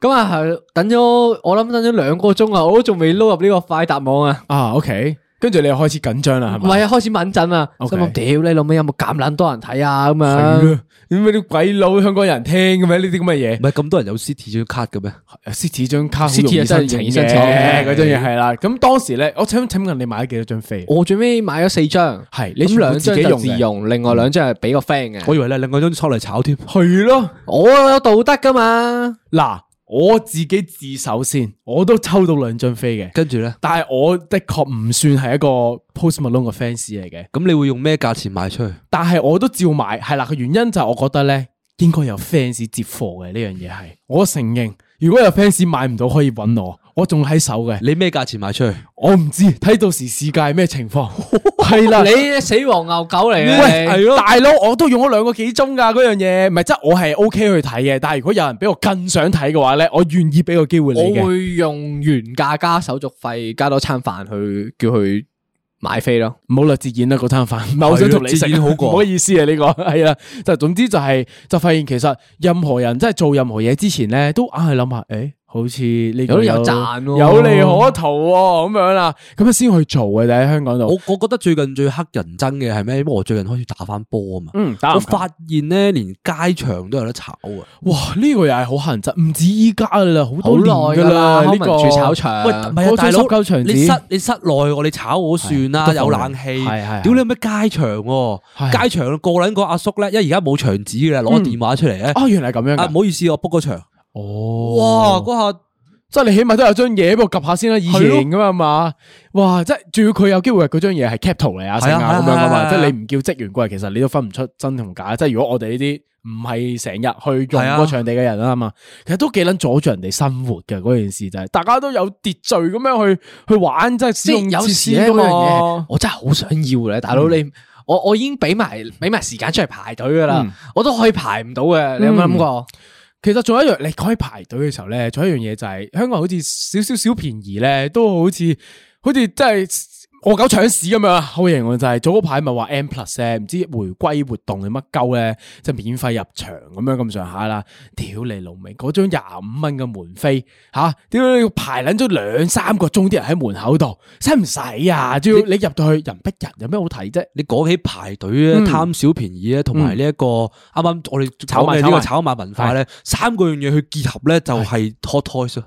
[SPEAKER 4] 咁啊，係等咗我諗等咗兩個鐘啊，我都仲未撈入呢個快答網啊！
[SPEAKER 3] 啊，OK，跟住你又開始緊張啦，係
[SPEAKER 4] 唔
[SPEAKER 3] 咪？
[SPEAKER 4] 係啊，開始敏陣啊，
[SPEAKER 3] OK
[SPEAKER 4] 心諗屌你老味有冇咁撚多人睇啊咁
[SPEAKER 3] 係
[SPEAKER 4] 啊！
[SPEAKER 3] 啊點解啲鬼佬香港人聽嘅咩？呢啲咁嘅嘢 啊
[SPEAKER 2] 唔，係咁多人有 City 張卡嘅咩？
[SPEAKER 3] 獅子張卡好
[SPEAKER 4] City
[SPEAKER 3] 容易
[SPEAKER 4] 啊真
[SPEAKER 3] 申
[SPEAKER 4] 係
[SPEAKER 3] 請
[SPEAKER 4] 容易
[SPEAKER 3] 嘅，
[SPEAKER 4] 申請嘅
[SPEAKER 3] 嗰張嘢係啦。咁當時咧，我請請問你買咗幾多張飛？
[SPEAKER 4] 我最尾買咗四張，
[SPEAKER 3] 係你全
[SPEAKER 4] 咁
[SPEAKER 3] 部
[SPEAKER 4] 兩
[SPEAKER 3] 自
[SPEAKER 4] 張
[SPEAKER 3] 己
[SPEAKER 4] 就
[SPEAKER 3] 用
[SPEAKER 4] 自
[SPEAKER 3] 嘅嗯
[SPEAKER 4] 用，另外兩張係俾個 friend
[SPEAKER 2] 我
[SPEAKER 4] 嘅。
[SPEAKER 2] 以為你另外張抽嚟炒添。
[SPEAKER 3] 係咯，
[SPEAKER 4] 我有道德噶嘛，
[SPEAKER 3] 嗱，我自己自首先，我都抽到兩張飛嘅，
[SPEAKER 2] 跟住咧，
[SPEAKER 3] 但係我的確唔算係一個 Post Malone 嘅 fans 嚟嘅，
[SPEAKER 2] 咁你會用咩價錢賣出去？
[SPEAKER 3] 但係我都照買。係啦，個原因就係我覺得咧，應該有 fans 接貨嘅呢樣嘢係，我承認。如果有 fans 買唔到，可以揾我，我仲喺手嘅。
[SPEAKER 2] 你咩價錢賣出去？
[SPEAKER 3] 我唔知，睇到時世界咩情況，係啦，
[SPEAKER 4] 你死黃牛狗嚟
[SPEAKER 3] 喂，啊
[SPEAKER 4] 嘅，你
[SPEAKER 3] 大佬，我都用咗兩個幾鐘噶嗰樣嘢，唔係即係我係 O K 去睇嘅，但係如果有人俾我更想睇嘅話咧，我願意俾個機會你
[SPEAKER 4] 我
[SPEAKER 3] 嘅。
[SPEAKER 4] 會用原價加手續費加多餐飯去叫佢買飛咯。
[SPEAKER 3] 唔好啦，自演啦嗰餐飯，唔係我想同你食
[SPEAKER 2] 自演好過
[SPEAKER 3] 唔好意思啊呢個係啦，就總之就係就發現其實任何人真係做任何嘢之前咧，都硬係諗下，誒，好似呢個
[SPEAKER 4] 有有賺喎
[SPEAKER 3] 有利可圖喎咁樣啦，咁樣先去做嘅。就喺香港
[SPEAKER 2] 我
[SPEAKER 3] 度，
[SPEAKER 2] 我覺得最近最黑人憎嘅係咩？因為我最近開始打翻波啊嘛。
[SPEAKER 3] 嗯，打
[SPEAKER 2] 我
[SPEAKER 3] 籃球
[SPEAKER 2] 發現咧，連街場都有得炒啊！
[SPEAKER 3] 哇，呢個又係好乞人憎，唔止依家噶啦，好
[SPEAKER 4] 好
[SPEAKER 3] 多
[SPEAKER 4] 耐
[SPEAKER 3] 年
[SPEAKER 4] 噶
[SPEAKER 3] 噶啦，
[SPEAKER 4] 啦，康
[SPEAKER 3] 呢
[SPEAKER 4] 文
[SPEAKER 3] 個
[SPEAKER 4] 署炒場。
[SPEAKER 2] 喂，唔係啊，
[SPEAKER 3] 我
[SPEAKER 2] 大
[SPEAKER 3] 張濕鳩
[SPEAKER 2] 佬，
[SPEAKER 3] 場
[SPEAKER 2] 你
[SPEAKER 3] 紙
[SPEAKER 2] 室你室內我哋炒我算
[SPEAKER 3] 係都
[SPEAKER 2] 啦，
[SPEAKER 3] 放
[SPEAKER 2] 有冷氣。
[SPEAKER 3] 係係係
[SPEAKER 2] 屌你咩街場喎？
[SPEAKER 3] 係
[SPEAKER 2] 街場個撚個阿叔咧，因為而家冇牆紙嘅啦，攞個
[SPEAKER 3] 嗯
[SPEAKER 2] 電話出嚟咧。
[SPEAKER 3] 啊，原來係咁樣
[SPEAKER 2] 啊，
[SPEAKER 3] 噶
[SPEAKER 2] 唔。好意思，我 book 個場。哇！
[SPEAKER 3] 哦，哇！
[SPEAKER 2] 嗰下
[SPEAKER 3] 即係你起碼都有張嘢俾我及下先啦，以前噶嘛嘛，哇！即係仲要佢有機會係嗰張嘢係 cap 圖嚟啊，成
[SPEAKER 2] 係啊
[SPEAKER 3] 啊咁樣噶
[SPEAKER 2] 係
[SPEAKER 3] 嘛，
[SPEAKER 2] 啊
[SPEAKER 3] 即係你唔叫職員過嚟，其實你都分唔出真同假。即係如果我哋呢啲唔係成日去用嗰個場地嘅人啊嘛，其實都幾撚阻住人哋生活嘅嗰件事就係，大家都有秩序咁樣去去玩，即係使
[SPEAKER 4] 即
[SPEAKER 3] 用
[SPEAKER 4] 係有
[SPEAKER 3] 設
[SPEAKER 4] 時
[SPEAKER 3] 施
[SPEAKER 4] 咧
[SPEAKER 3] 咁樣
[SPEAKER 4] 嗰
[SPEAKER 3] 嗯
[SPEAKER 4] 樣嘢
[SPEAKER 3] 嘢，。
[SPEAKER 4] 我真係好想要咧，大佬你我我已經俾埋俾埋時間出嚟排隊噶啦
[SPEAKER 3] 嗯，
[SPEAKER 4] 我都可以排唔到嘅。你有冇諗過？
[SPEAKER 3] 其實仲有一樣，你講起排隊嘅時候咧，仲有一樣嘢就係、香港好似少少小便宜咧，都好似好似真係我狗搶屎咁樣啊！好型我就係、早嗰排咪話 M Plus 咧，唔知回歸活動定乜鳩咧，即係免費入場咁樣咁上下啦。屌你老味，嗰張廿五蚊嘅門飛吓，屌、你要排撚咗兩三個鐘，啲人喺門口度，使唔使啊？仲要你入到去人逼人，有咩好睇啫？
[SPEAKER 2] 你講起排隊咧，
[SPEAKER 3] 嗯
[SPEAKER 2] 貪小便宜咧，同埋呢一個啱啱我哋
[SPEAKER 3] 炒
[SPEAKER 2] 炒
[SPEAKER 3] 賣
[SPEAKER 2] 嘅呢個
[SPEAKER 3] 炒
[SPEAKER 2] 炒賣文化咧，三個樣嘢去結合咧，就係 hot toys 啊。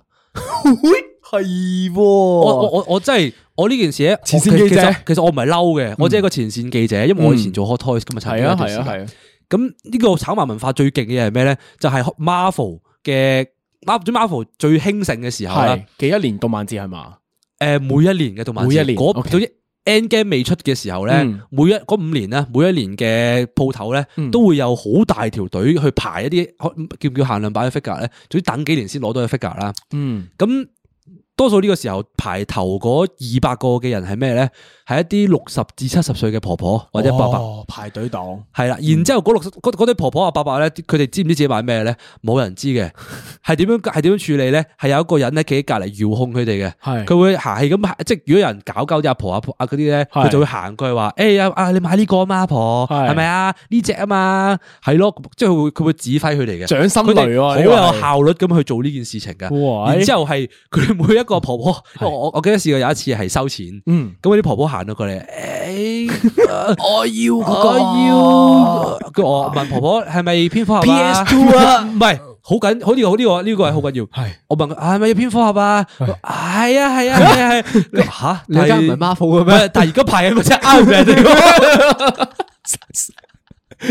[SPEAKER 3] 係喎，
[SPEAKER 2] 我我我我真係我呢件事咧，
[SPEAKER 3] 前線
[SPEAKER 2] 我其
[SPEAKER 3] 記者
[SPEAKER 2] 其
[SPEAKER 3] 嗯
[SPEAKER 2] 實其實我唔係嬲嘅，我只係一個前線記者，因為我以前做 hot toys 噶嘛，曾經
[SPEAKER 3] 係
[SPEAKER 2] 有
[SPEAKER 3] 啊
[SPEAKER 2] 一段
[SPEAKER 3] 係
[SPEAKER 2] 時
[SPEAKER 3] 啊
[SPEAKER 2] 間
[SPEAKER 3] 係啊，
[SPEAKER 2] 咁呢個炒賣文化最勁嘅嘢係咩咧？就係 Marvel 嘅 Marvel Marvel 最興盛嘅時候啦
[SPEAKER 3] 係。啊幾一年動漫節係啊嘛？
[SPEAKER 2] 誒呃每一年嘅動漫節
[SPEAKER 3] 每一年
[SPEAKER 2] 嗰
[SPEAKER 3] OK
[SPEAKER 2] 總之 End Game 未出嘅時候咧，
[SPEAKER 3] 嗯
[SPEAKER 2] 每一嗰五年咧，每一年嘅鋪頭咧，
[SPEAKER 3] 嗯
[SPEAKER 2] 都會有好大條隊去排一啲可叫唔叫限量版嘅 figure 咧，總之等幾年先攞到嘅 figure 啦。
[SPEAKER 3] 嗯。
[SPEAKER 2] 咁多數呢個時候排頭嗰二百個嘅人係咩咧？係一啲六十至七十歲嘅婆婆或者伯伯。
[SPEAKER 3] 哦排隊黨，
[SPEAKER 2] 系啦，然之後嗰六嗰嗰啲婆婆阿伯伯咧，佢哋知唔知自己買咩咧？冇人知 嘅，係點樣係點樣處理咧？係有一個人咧企喺隔離遙控佢哋嘅，
[SPEAKER 3] 係
[SPEAKER 2] 佢會行係咁，即係如果有人搞搞啲阿婆阿婆啊嗰啲咧，
[SPEAKER 3] 係
[SPEAKER 2] 佢就會行過去話：，誒啊啊，你買呢個啊嘛，阿婆
[SPEAKER 3] 係
[SPEAKER 2] 係咪啊？呢只啊嘛，係咯，即係佢會佢會指揮佢哋嘅，
[SPEAKER 3] 掌心
[SPEAKER 2] 佢
[SPEAKER 3] 雷
[SPEAKER 2] 哋
[SPEAKER 3] 喎
[SPEAKER 2] 好
[SPEAKER 3] 呢個係
[SPEAKER 2] 有效率咁去做呢件事情嘅。
[SPEAKER 3] 哇
[SPEAKER 2] 然之後係佢哋每一個婆婆，因為我我記得試過有一次係收錢。
[SPEAKER 3] 嗯，
[SPEAKER 2] 咁嗰啲婆婆行到過嚟， 誒，我要
[SPEAKER 4] 啊
[SPEAKER 2] 我
[SPEAKER 4] 我
[SPEAKER 2] 要，佢我問婆婆係咪蝙蝠俠啊
[SPEAKER 4] PS2 啊
[SPEAKER 2] 唔係，好緊，好呢個好呢個呢個係好緊要。係，我問佢係咪要蝙蝠俠啊？佢話係啊係啊係啊 係。佢話嚇，
[SPEAKER 4] 你家唔係
[SPEAKER 2] 孖
[SPEAKER 4] Marvel 嘅咩？
[SPEAKER 2] 咩？但係而家排緊嗰隻 Iron Man 嚟㗎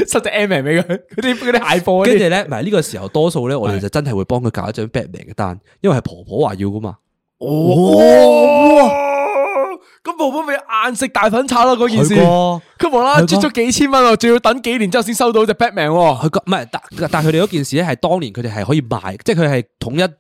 [SPEAKER 3] 塞隻 M 嚟俾佢， 嗰啲嗰啲蟹貨嗰
[SPEAKER 2] 跟住
[SPEAKER 3] 啲，
[SPEAKER 2] 咧，唔係呢個時候多數咧，我哋就真係會幫佢搞一張 Batman 嘅單，因為係婆婆話要㗎嘛。
[SPEAKER 3] 哦，咁婆婆咪硬食大粉炒啦嗰件事，
[SPEAKER 2] 係喎
[SPEAKER 3] 佢無啦啦
[SPEAKER 2] 係
[SPEAKER 3] 出
[SPEAKER 2] 喎
[SPEAKER 3] 咗幾千蚊喎，仲要等幾年之後先收到只 Batman 喎，
[SPEAKER 2] 佢個唔係，但但係佢哋嗰件事咧，係當年佢哋係可以賣，即係佢係統一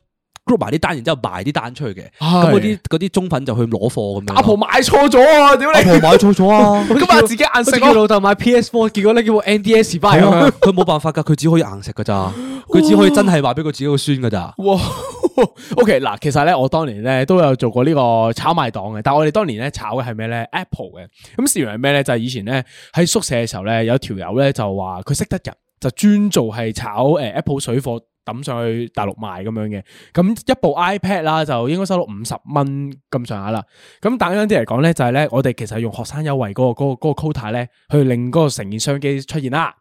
[SPEAKER 2] group 埋啲單，然之後賣啲單出去嘅。
[SPEAKER 3] 係
[SPEAKER 2] 咁嗰啲嗰啲中粉就去攞貨咁樣。
[SPEAKER 3] 阿婆買錯咗啊，屌你，
[SPEAKER 2] 買錯咗啊！
[SPEAKER 3] 咁啊自己硬
[SPEAKER 4] 我
[SPEAKER 3] 食
[SPEAKER 4] 叫
[SPEAKER 3] 咯，
[SPEAKER 4] 老豆買 PS Four，結果咧叫部 NDS 翻
[SPEAKER 2] 係
[SPEAKER 4] 咁
[SPEAKER 2] 啊
[SPEAKER 4] 樣，，
[SPEAKER 2] 佢冇辦法㗎，佢只可以硬食㗎咋，佢只可以真係話俾佢自己個孫㗎咋。
[SPEAKER 3] 哇 ，OK 嗱，其實咧我當年咧都有做過呢個炒賣檔嘅，但係我哋當年咧炒嘅係咩咧 Apple 嘅，咁事源係咩咧就係以前咧喺宿舍嘅時候咧有條友咧就話佢識得人，就專做係炒誒 Apple 水貨。抌上去大陸賣咁樣嘅，咁一部 iPad 啦就應該收到五十蚊咁上下啦。咁簡單啲嚟講咧，就係咧我哋其實係用學生優惠嗰、個嗰、個嗰個 quota 咧，去令嗰個成件商機出現啦。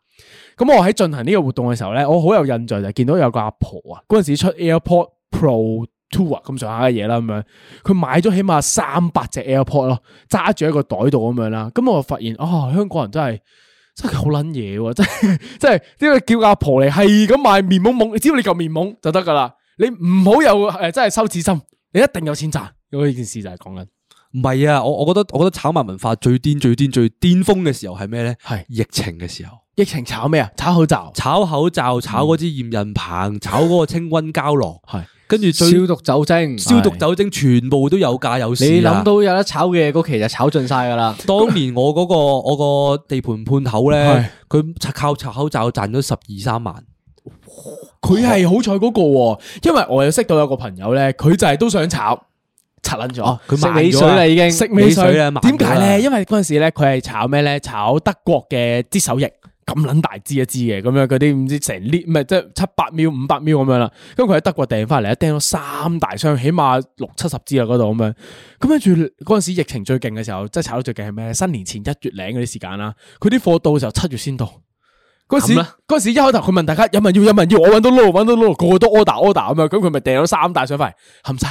[SPEAKER 3] 咁我喺進行呢個活動嘅時候咧，我好有印象就係見到有個阿婆啊，嗰陣時出 AirPod Pro Two 啊咁上下嘅嘢啦，咁樣佢買咗起碼三百隻 AirPod 咯，揸住喺個袋度咁樣啦。咁我就發現啊、香港人真係真係好撚嘢喎，真係 真係呢個叫阿婆嚟係咁賣面懵懵，只要你夠面懵就得噶啦，你唔好有誒、呃真係羞恥心，你一定有錢賺。咁呢件事就係講緊
[SPEAKER 2] 唔係啊，我我覺得我覺得炒賣文化最癲最癲最巔峰嘅時候係咩咧？
[SPEAKER 3] 係
[SPEAKER 2] 疫情嘅時候，
[SPEAKER 3] 疫情炒咩啊？炒口罩。
[SPEAKER 2] 炒口罩、炒嗰支驗孕棒、炒嗰個清瘟膠囊，
[SPEAKER 3] 係
[SPEAKER 2] 跟住最
[SPEAKER 4] 消毒酒精，
[SPEAKER 2] 消毒酒精全部都有價有市啊。
[SPEAKER 4] 你諗到有得炒嘅嗰期就炒盡晒噶啦。
[SPEAKER 2] 當年我嗰、個我個地盤判頭
[SPEAKER 3] 係
[SPEAKER 2] 咧，佢靠拆口罩賺咗十二三萬，
[SPEAKER 3] 哦佢係好彩嗰個喎，因為我有識到有個朋友咧，佢就係都想炒，拆撚咗，
[SPEAKER 2] 哦佢
[SPEAKER 4] 食
[SPEAKER 2] 賣
[SPEAKER 4] 尾
[SPEAKER 2] 咗
[SPEAKER 4] 水啦已經，
[SPEAKER 3] 食尾水
[SPEAKER 2] 尾水啊慢咗啦
[SPEAKER 3] 點解咧？因為嗰陣時咧，佢係炒咩咧？炒德國嘅啲手液。咁撚大支一支嘅，咁樣嗰啲唔知成 l 唔係即係七百 ml 五百 ml 咁樣啦。咁佢喺德國訂翻嚟，一訂咗三大箱，起碼六七十支啊嗰度咁樣。咁跟住嗰陣時疫情最勁嘅時候，即係炒到最勁係咩咧？新年前一月零嗰啲時間啦，佢啲貨到嘅時候七月先到。嗰陣時
[SPEAKER 4] 咁啦
[SPEAKER 3] 嗰陣時一開頭佢問大家有冇人要有冇人要，我揾到撈揾到撈，個個都 order order 咁樣，咁佢咪訂咗三大箱翻嚟，冚晒，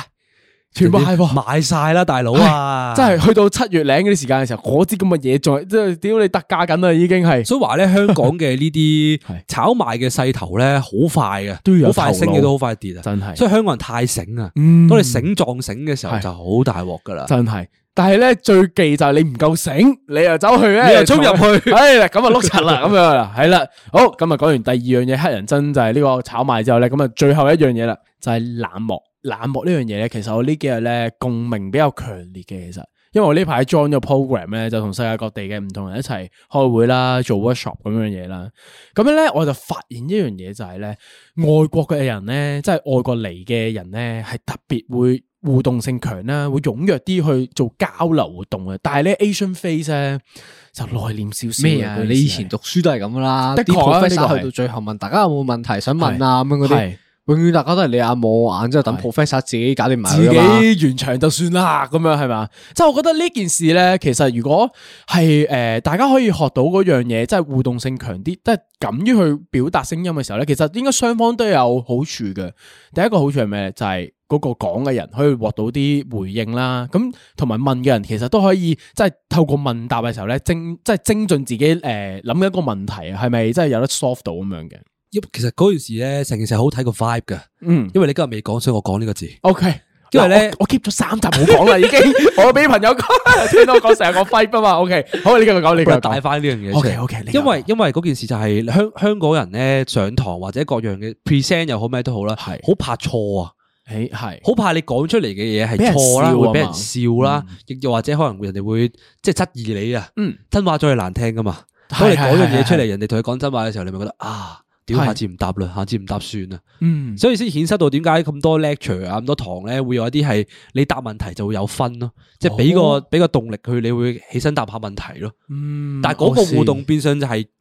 [SPEAKER 3] 全部蟹貨。
[SPEAKER 2] 買晒啦，大佬啊！
[SPEAKER 3] 真，係去到七月零嗰啲時間嘅時候，嗰啲咁嘅嘢仲係即係屌你特價緊啦，已經係
[SPEAKER 2] 所以話咧，香港嘅呢啲
[SPEAKER 3] 係
[SPEAKER 2] 炒賣嘅勢頭咧，好快嘅，
[SPEAKER 3] 都要有
[SPEAKER 2] 好快
[SPEAKER 3] 頭腦
[SPEAKER 2] 升嘅都好快跌啊！
[SPEAKER 3] 真係
[SPEAKER 2] 所以香港人太醒啊！
[SPEAKER 3] 嗯
[SPEAKER 2] 當你醒撞醒嘅時候
[SPEAKER 3] 係
[SPEAKER 2] 就好大鑊噶啦。
[SPEAKER 3] 真係。但係咧最忌就係你唔夠醒，你又走去咧，
[SPEAKER 2] 你又衝入 去
[SPEAKER 3] 哎呀咁啊碌柒啦，咁樣啦，係啦，好咁啊講完第二樣嘢黑人憎就係呢個炒賣之後咧，咁啊最後一樣嘢啦，就係冷漠。冷漠呢樣嘢咧，其實我呢幾日咧共鳴比較強烈嘅，其實。因為我呢排 join 咗 program 咧，就同世界各地嘅唔同人一齊開會啦，做 workshop 咁樣嘢啦。咁樣咧，我就發現一樣嘢就係咧，外國嘅人咧，即係外國嚟嘅人咧，係特別會互動性強啦，會踴躍啲去做交流活動嘅。但係咧，Asian face 咧就內斂少少嘅。
[SPEAKER 4] 咩啊
[SPEAKER 3] 嗰？陣時
[SPEAKER 4] 你以前讀書都係咁噶啦，
[SPEAKER 3] 的
[SPEAKER 4] 啲
[SPEAKER 3] 確啊
[SPEAKER 4] professor
[SPEAKER 3] 呢個係
[SPEAKER 4] 去到最後問大家有冇問題想問啊咁樣嗰啲
[SPEAKER 3] 係，
[SPEAKER 4] 永遠大家都係你眼望我眼，之後等
[SPEAKER 3] 係
[SPEAKER 4] professor 自己搞掂埋
[SPEAKER 3] 自
[SPEAKER 4] 佢㗎啊嘛
[SPEAKER 3] 己完場就算啦，咁樣係嘛？即係我覺得呢件事咧，其實如果係誒、呃大家可以學到嗰樣嘢，即係互動性強啲，即係敢於去表達聲音嘅時候咧，其實應該雙方都有好處嘅。第一個好處係咩咧？就係、嗰個講嘅人可以獲到啲回應啦，咁同埋問嘅人其實都可以，即係透過問答嘅時候咧，精即係精進自己誒呃諗緊一個問題係咪真係有得 solve 到咁樣嘅？
[SPEAKER 2] 因為其實嗰件事咧，成件事好睇個 vibe 嘅，
[SPEAKER 3] 嗯
[SPEAKER 2] 因為你今日未講，所以我講呢個字。
[SPEAKER 3] ，OK。
[SPEAKER 2] 因為
[SPEAKER 3] 嗱
[SPEAKER 2] 咧
[SPEAKER 3] 我我 keep 咗三集冇講啦，已 經我俾朋友講， 聽到我講成日我 fight 啊嘛。OK，好，你繼續講，你繼續
[SPEAKER 2] 我帶
[SPEAKER 3] 講。
[SPEAKER 2] 翻呢樣嘢出嚟。
[SPEAKER 3] OK，OK，你
[SPEAKER 2] 因為
[SPEAKER 3] 講
[SPEAKER 2] 因為嗰件事就係香香港人咧上堂或者各樣嘅 present 又好咩都好啦，
[SPEAKER 3] 係
[SPEAKER 2] 好怕錯啊。
[SPEAKER 3] 诶系
[SPEAKER 2] 好怕你講出嚟嘅嘢
[SPEAKER 3] 俾
[SPEAKER 2] 係
[SPEAKER 3] 人
[SPEAKER 2] 錯啦，
[SPEAKER 3] 笑啊
[SPEAKER 2] 會俾
[SPEAKER 3] 嘛
[SPEAKER 2] 人笑啦，亦又或者可能人哋會即係質疑你啊。
[SPEAKER 3] 嗯，
[SPEAKER 2] 真話咗係難聽噶嘛。
[SPEAKER 3] 係
[SPEAKER 2] 當你講樣
[SPEAKER 3] 係係
[SPEAKER 2] 嘢出
[SPEAKER 3] 係
[SPEAKER 2] 嚟，人哋同你講真話嘅時候，你咪覺得啊，屌，
[SPEAKER 3] 係
[SPEAKER 2] 下次唔答啦，下次唔答算啦。
[SPEAKER 3] 嗯
[SPEAKER 2] 所以先顯示到點解咁多 lecture 啊，咁多堂咧，會有一啲係你答問題就會有分咯，即係俾個
[SPEAKER 3] 哦
[SPEAKER 2] 俾個動力佢，你會起身答下問題咯。
[SPEAKER 3] 嗯
[SPEAKER 2] 但係嗰個互動變相就係局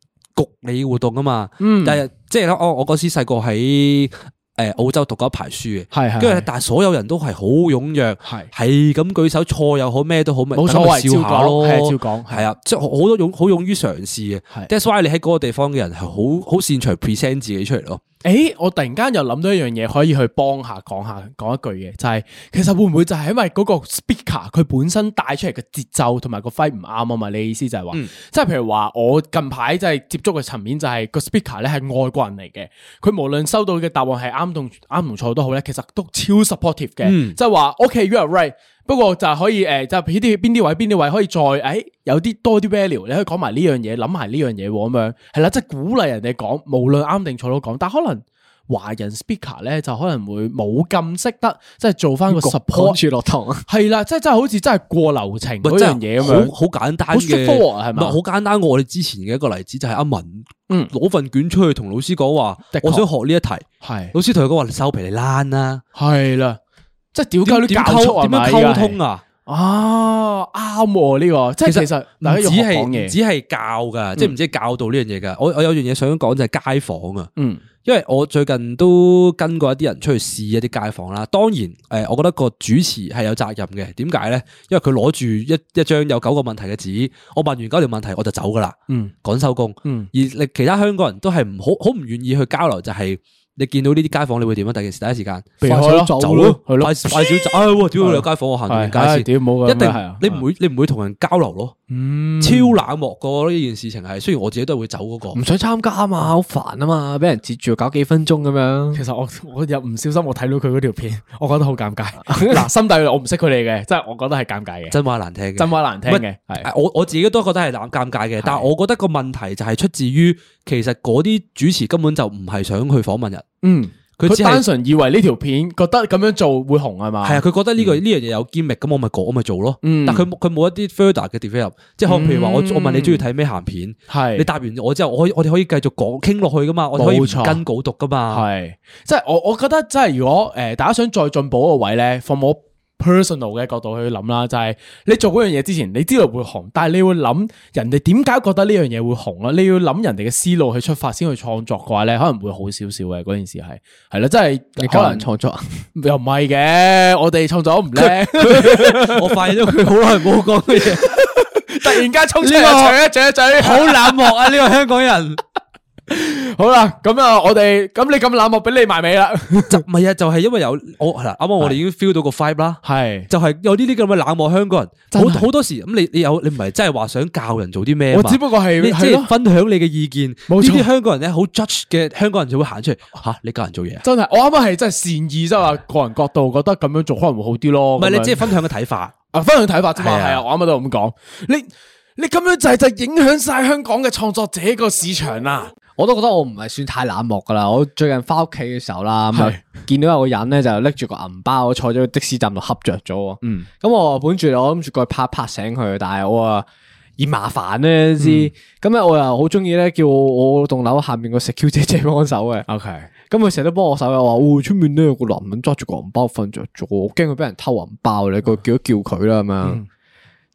[SPEAKER 2] 你活動啊嘛。
[SPEAKER 3] 嗯
[SPEAKER 2] 但係即係我我嗰時細個喺誒澳洲讀過一排書嘅。
[SPEAKER 3] 系系
[SPEAKER 2] 跟住但係所有人都係好踴躍，
[SPEAKER 3] 係
[SPEAKER 2] 係咁舉手，錯又好咩都好，咪
[SPEAKER 3] 冇所謂
[SPEAKER 2] 等佢笑下咯，
[SPEAKER 3] 照講係照講
[SPEAKER 2] 係啊，即係好好多勇好勇於嘗試嘅。
[SPEAKER 3] 係
[SPEAKER 2] That's why 你喺嗰個地方嘅人係好好擅長 present 自己出嚟咯。
[SPEAKER 3] 诶，我突然間又諗到一樣嘢，可以去幫下講下講一句嘅，就係其實會唔會就係因為嗰個 speaker 佢本身帶出嚟嘅節奏同埋個揮唔啱啊嘛？你意思就係話，即係譬如話我近排就係接觸嘅層面就係個 speaker 咧係外國人嚟嘅，佢無論收到嘅答案係啱同啱同錯都好咧，其實都超 supportive 嘅，即係話 OK，you are right。不過就係可以誒、呃就係呢啲邊啲位邊啲位可以再誒、哎有啲多啲 value，你可以講埋呢樣嘢，諗埋呢樣嘢喎咁樣，係啦，即係鼓勵人哋講，無論啱定錯都講，但可能。華人 speaker 咧就可能會冇咁識得，即係做翻個
[SPEAKER 4] 捧
[SPEAKER 3] support，
[SPEAKER 4] 住落堂啊！
[SPEAKER 3] 係啦，即係真係好似真係過流程
[SPEAKER 2] 喂
[SPEAKER 3] 嗰
[SPEAKER 2] 真係
[SPEAKER 3] 樣嘢咁
[SPEAKER 2] 好
[SPEAKER 3] 樣，
[SPEAKER 2] 好簡單
[SPEAKER 3] 好
[SPEAKER 2] 嘅，
[SPEAKER 3] straightforward 係
[SPEAKER 2] 唔係
[SPEAKER 3] 嘛
[SPEAKER 2] 好簡單。我哋之前嘅一個例子就係阿文，
[SPEAKER 3] 嗯
[SPEAKER 2] 攞份卷出去同老師講話
[SPEAKER 3] 的，確
[SPEAKER 2] 我想學呢一題，
[SPEAKER 3] 係
[SPEAKER 2] 老師同佢講話你收皮你攣啦，
[SPEAKER 3] 係啦，即係屌鳩啲
[SPEAKER 2] 點
[SPEAKER 3] 教
[SPEAKER 2] 溝
[SPEAKER 3] 速係
[SPEAKER 2] 點樣
[SPEAKER 3] 咪
[SPEAKER 2] 溝通啊？
[SPEAKER 3] 啊，啱喎呢個，即
[SPEAKER 2] 其
[SPEAKER 3] 係
[SPEAKER 2] 實
[SPEAKER 3] 其實大家
[SPEAKER 2] 唔
[SPEAKER 3] 要
[SPEAKER 2] 止
[SPEAKER 3] 學講
[SPEAKER 2] 係唔止
[SPEAKER 3] 嘢，嗯
[SPEAKER 2] 係教噶，即係唔止係教導呢樣嘢噶。我我有樣嘢想講就係街訪啊。
[SPEAKER 3] 嗯
[SPEAKER 2] 因為我最近都跟過一啲人出去試一啲街訪啦。當然，誒、我覺得個主持係有責任嘅。點解咧？因為佢攞住一一張有九個問題嘅紙，我問完九條問題我就走噶啦，
[SPEAKER 3] 嗯
[SPEAKER 2] 趕收工。
[SPEAKER 3] 嗯，
[SPEAKER 2] 而你其他香港人都係唔好好唔願意去交流，就係、你見到呢啲街訪，你會點啊？第一時第一時間
[SPEAKER 3] 避
[SPEAKER 4] 快
[SPEAKER 3] 開
[SPEAKER 4] 手
[SPEAKER 3] 咯，
[SPEAKER 4] 走
[SPEAKER 2] 走
[SPEAKER 4] 咯
[SPEAKER 2] 咯，快快少走。哎喎，屌
[SPEAKER 3] 係
[SPEAKER 2] 你有街訪，我行完街
[SPEAKER 3] 係
[SPEAKER 2] 先
[SPEAKER 3] 唉。屌冇咁
[SPEAKER 2] 一定
[SPEAKER 3] 樣係啊
[SPEAKER 2] 你唔會你唔會同人交流咯，
[SPEAKER 3] 嗯
[SPEAKER 2] 超冷漠個呢件事情係。雖然我自己都係會走嗰、個。
[SPEAKER 4] 唔想參加啊嘛，好煩啊嘛，俾人截住搞幾分鐘咁樣。
[SPEAKER 3] 其實我我又唔小心我睇到佢嗰條片， 我覺得好尷尬。嗱，心底裏我唔識佢哋嘅，即係我覺得係尷尬嘅，
[SPEAKER 2] 真話難聽嘅，
[SPEAKER 3] 真話難聽
[SPEAKER 2] 唔係啊
[SPEAKER 3] 嘅，係
[SPEAKER 2] 我我自己都覺得係尷尷尬嘅，但係我覺得個問題就係出自於其實嗰啲主持根本就唔係想去訪問人，
[SPEAKER 3] 嗯，
[SPEAKER 2] 佢只
[SPEAKER 3] 佢單
[SPEAKER 2] 係
[SPEAKER 3] 純以為呢條片覺得咁樣做會紅係嘛？
[SPEAKER 2] 係啊，佢覺得呢個呢樣嘢有堅力，咁我咪講我咪做咯。
[SPEAKER 3] 嗯
[SPEAKER 2] 但佢冇佢冇一啲 further 嘅 develop，即係可能譬如話我我
[SPEAKER 3] 嗯
[SPEAKER 2] 問你中意睇咩鹹片，
[SPEAKER 3] 係
[SPEAKER 2] 你答完我之後，我可以我哋可以繼續講傾落去噶嘛，我哋可以
[SPEAKER 3] 冇錯
[SPEAKER 2] 唔跟稿讀噶嘛。
[SPEAKER 3] 係，即係我我覺得即係如果诶、呃大家想再進步個位咧，放我 personal 嘅角度去諗啦，就係你做嗰樣嘢之前，你知道會紅，但係你會諗人哋點解覺得呢樣嘢會紅咯？你要諗人哋嘅思路去出發先去創作嘅話咧，可能會好少少嘅嗰件事係係啦，即係
[SPEAKER 4] 你
[SPEAKER 3] 可
[SPEAKER 4] 教
[SPEAKER 3] 能
[SPEAKER 4] 人創作啊？
[SPEAKER 3] 又唔係嘅，我哋創作唔叻，
[SPEAKER 2] 我發現咗佢好耐冇講嘅嘢，
[SPEAKER 3] 突然間衝出
[SPEAKER 2] 呢
[SPEAKER 3] 嚟，嘴一嘴一嘴，
[SPEAKER 2] 好冷漠啊！呢個香港人。
[SPEAKER 3] 好啦，咁啊，我哋咁你咁冷漠，俾你埋尾 啦，
[SPEAKER 2] 就唔係啊，就係因為有我嗱，啱啱我哋已經 feel 到個 vibe 啦，
[SPEAKER 3] 係。
[SPEAKER 2] 就係有呢啲咁嘅冷漠香港
[SPEAKER 3] 真
[SPEAKER 2] 人，
[SPEAKER 3] 係
[SPEAKER 2] 好好多時咁你你有你唔係真係話想教人做啲咩啊
[SPEAKER 3] 我
[SPEAKER 2] 嘛
[SPEAKER 3] 只不過係
[SPEAKER 2] 你即
[SPEAKER 3] 係咯
[SPEAKER 2] 係分享你嘅意見，呢
[SPEAKER 3] 冇錯
[SPEAKER 2] 啲香港人咧好 judge 嘅香港人就會行出嚟吓，你教人做嘢啊，
[SPEAKER 3] 真係，我啱啱係真係善意，即係話個人角度覺得咁樣做可能會好啲咯。
[SPEAKER 2] 唔係
[SPEAKER 3] 咁
[SPEAKER 2] 你
[SPEAKER 3] 樣
[SPEAKER 2] 只係分享嘅睇法，
[SPEAKER 3] 啊，分享睇法啫嘛，
[SPEAKER 2] 係啊
[SPEAKER 3] 係啊，我啱啱都咁講。你你咁樣就係就影響晒香港嘅創作者個市場啊啦。
[SPEAKER 4] 我都覺得我唔係算太冷漠噶啦。我最近翻屋企嘅時候啦，咁啊見到有個人咧就拎住個銀包，我坐咗去的士站度恰着咗。嗯，咁我本住我諗住過去拍一拍醒佢，但係我啊嫌麻煩咧，知咁咧我又好中意咧叫我我棟樓下面個 secure 姐姐幫手嘅。
[SPEAKER 3] OK，
[SPEAKER 4] 咁佢成日都幫我手嘅，話哦出面咧有個男人揸住個銀包瞓着咗，我驚佢俾人偷銀包，你個
[SPEAKER 3] 啊
[SPEAKER 4] 叫一叫佢啦咁樣。
[SPEAKER 3] 嗯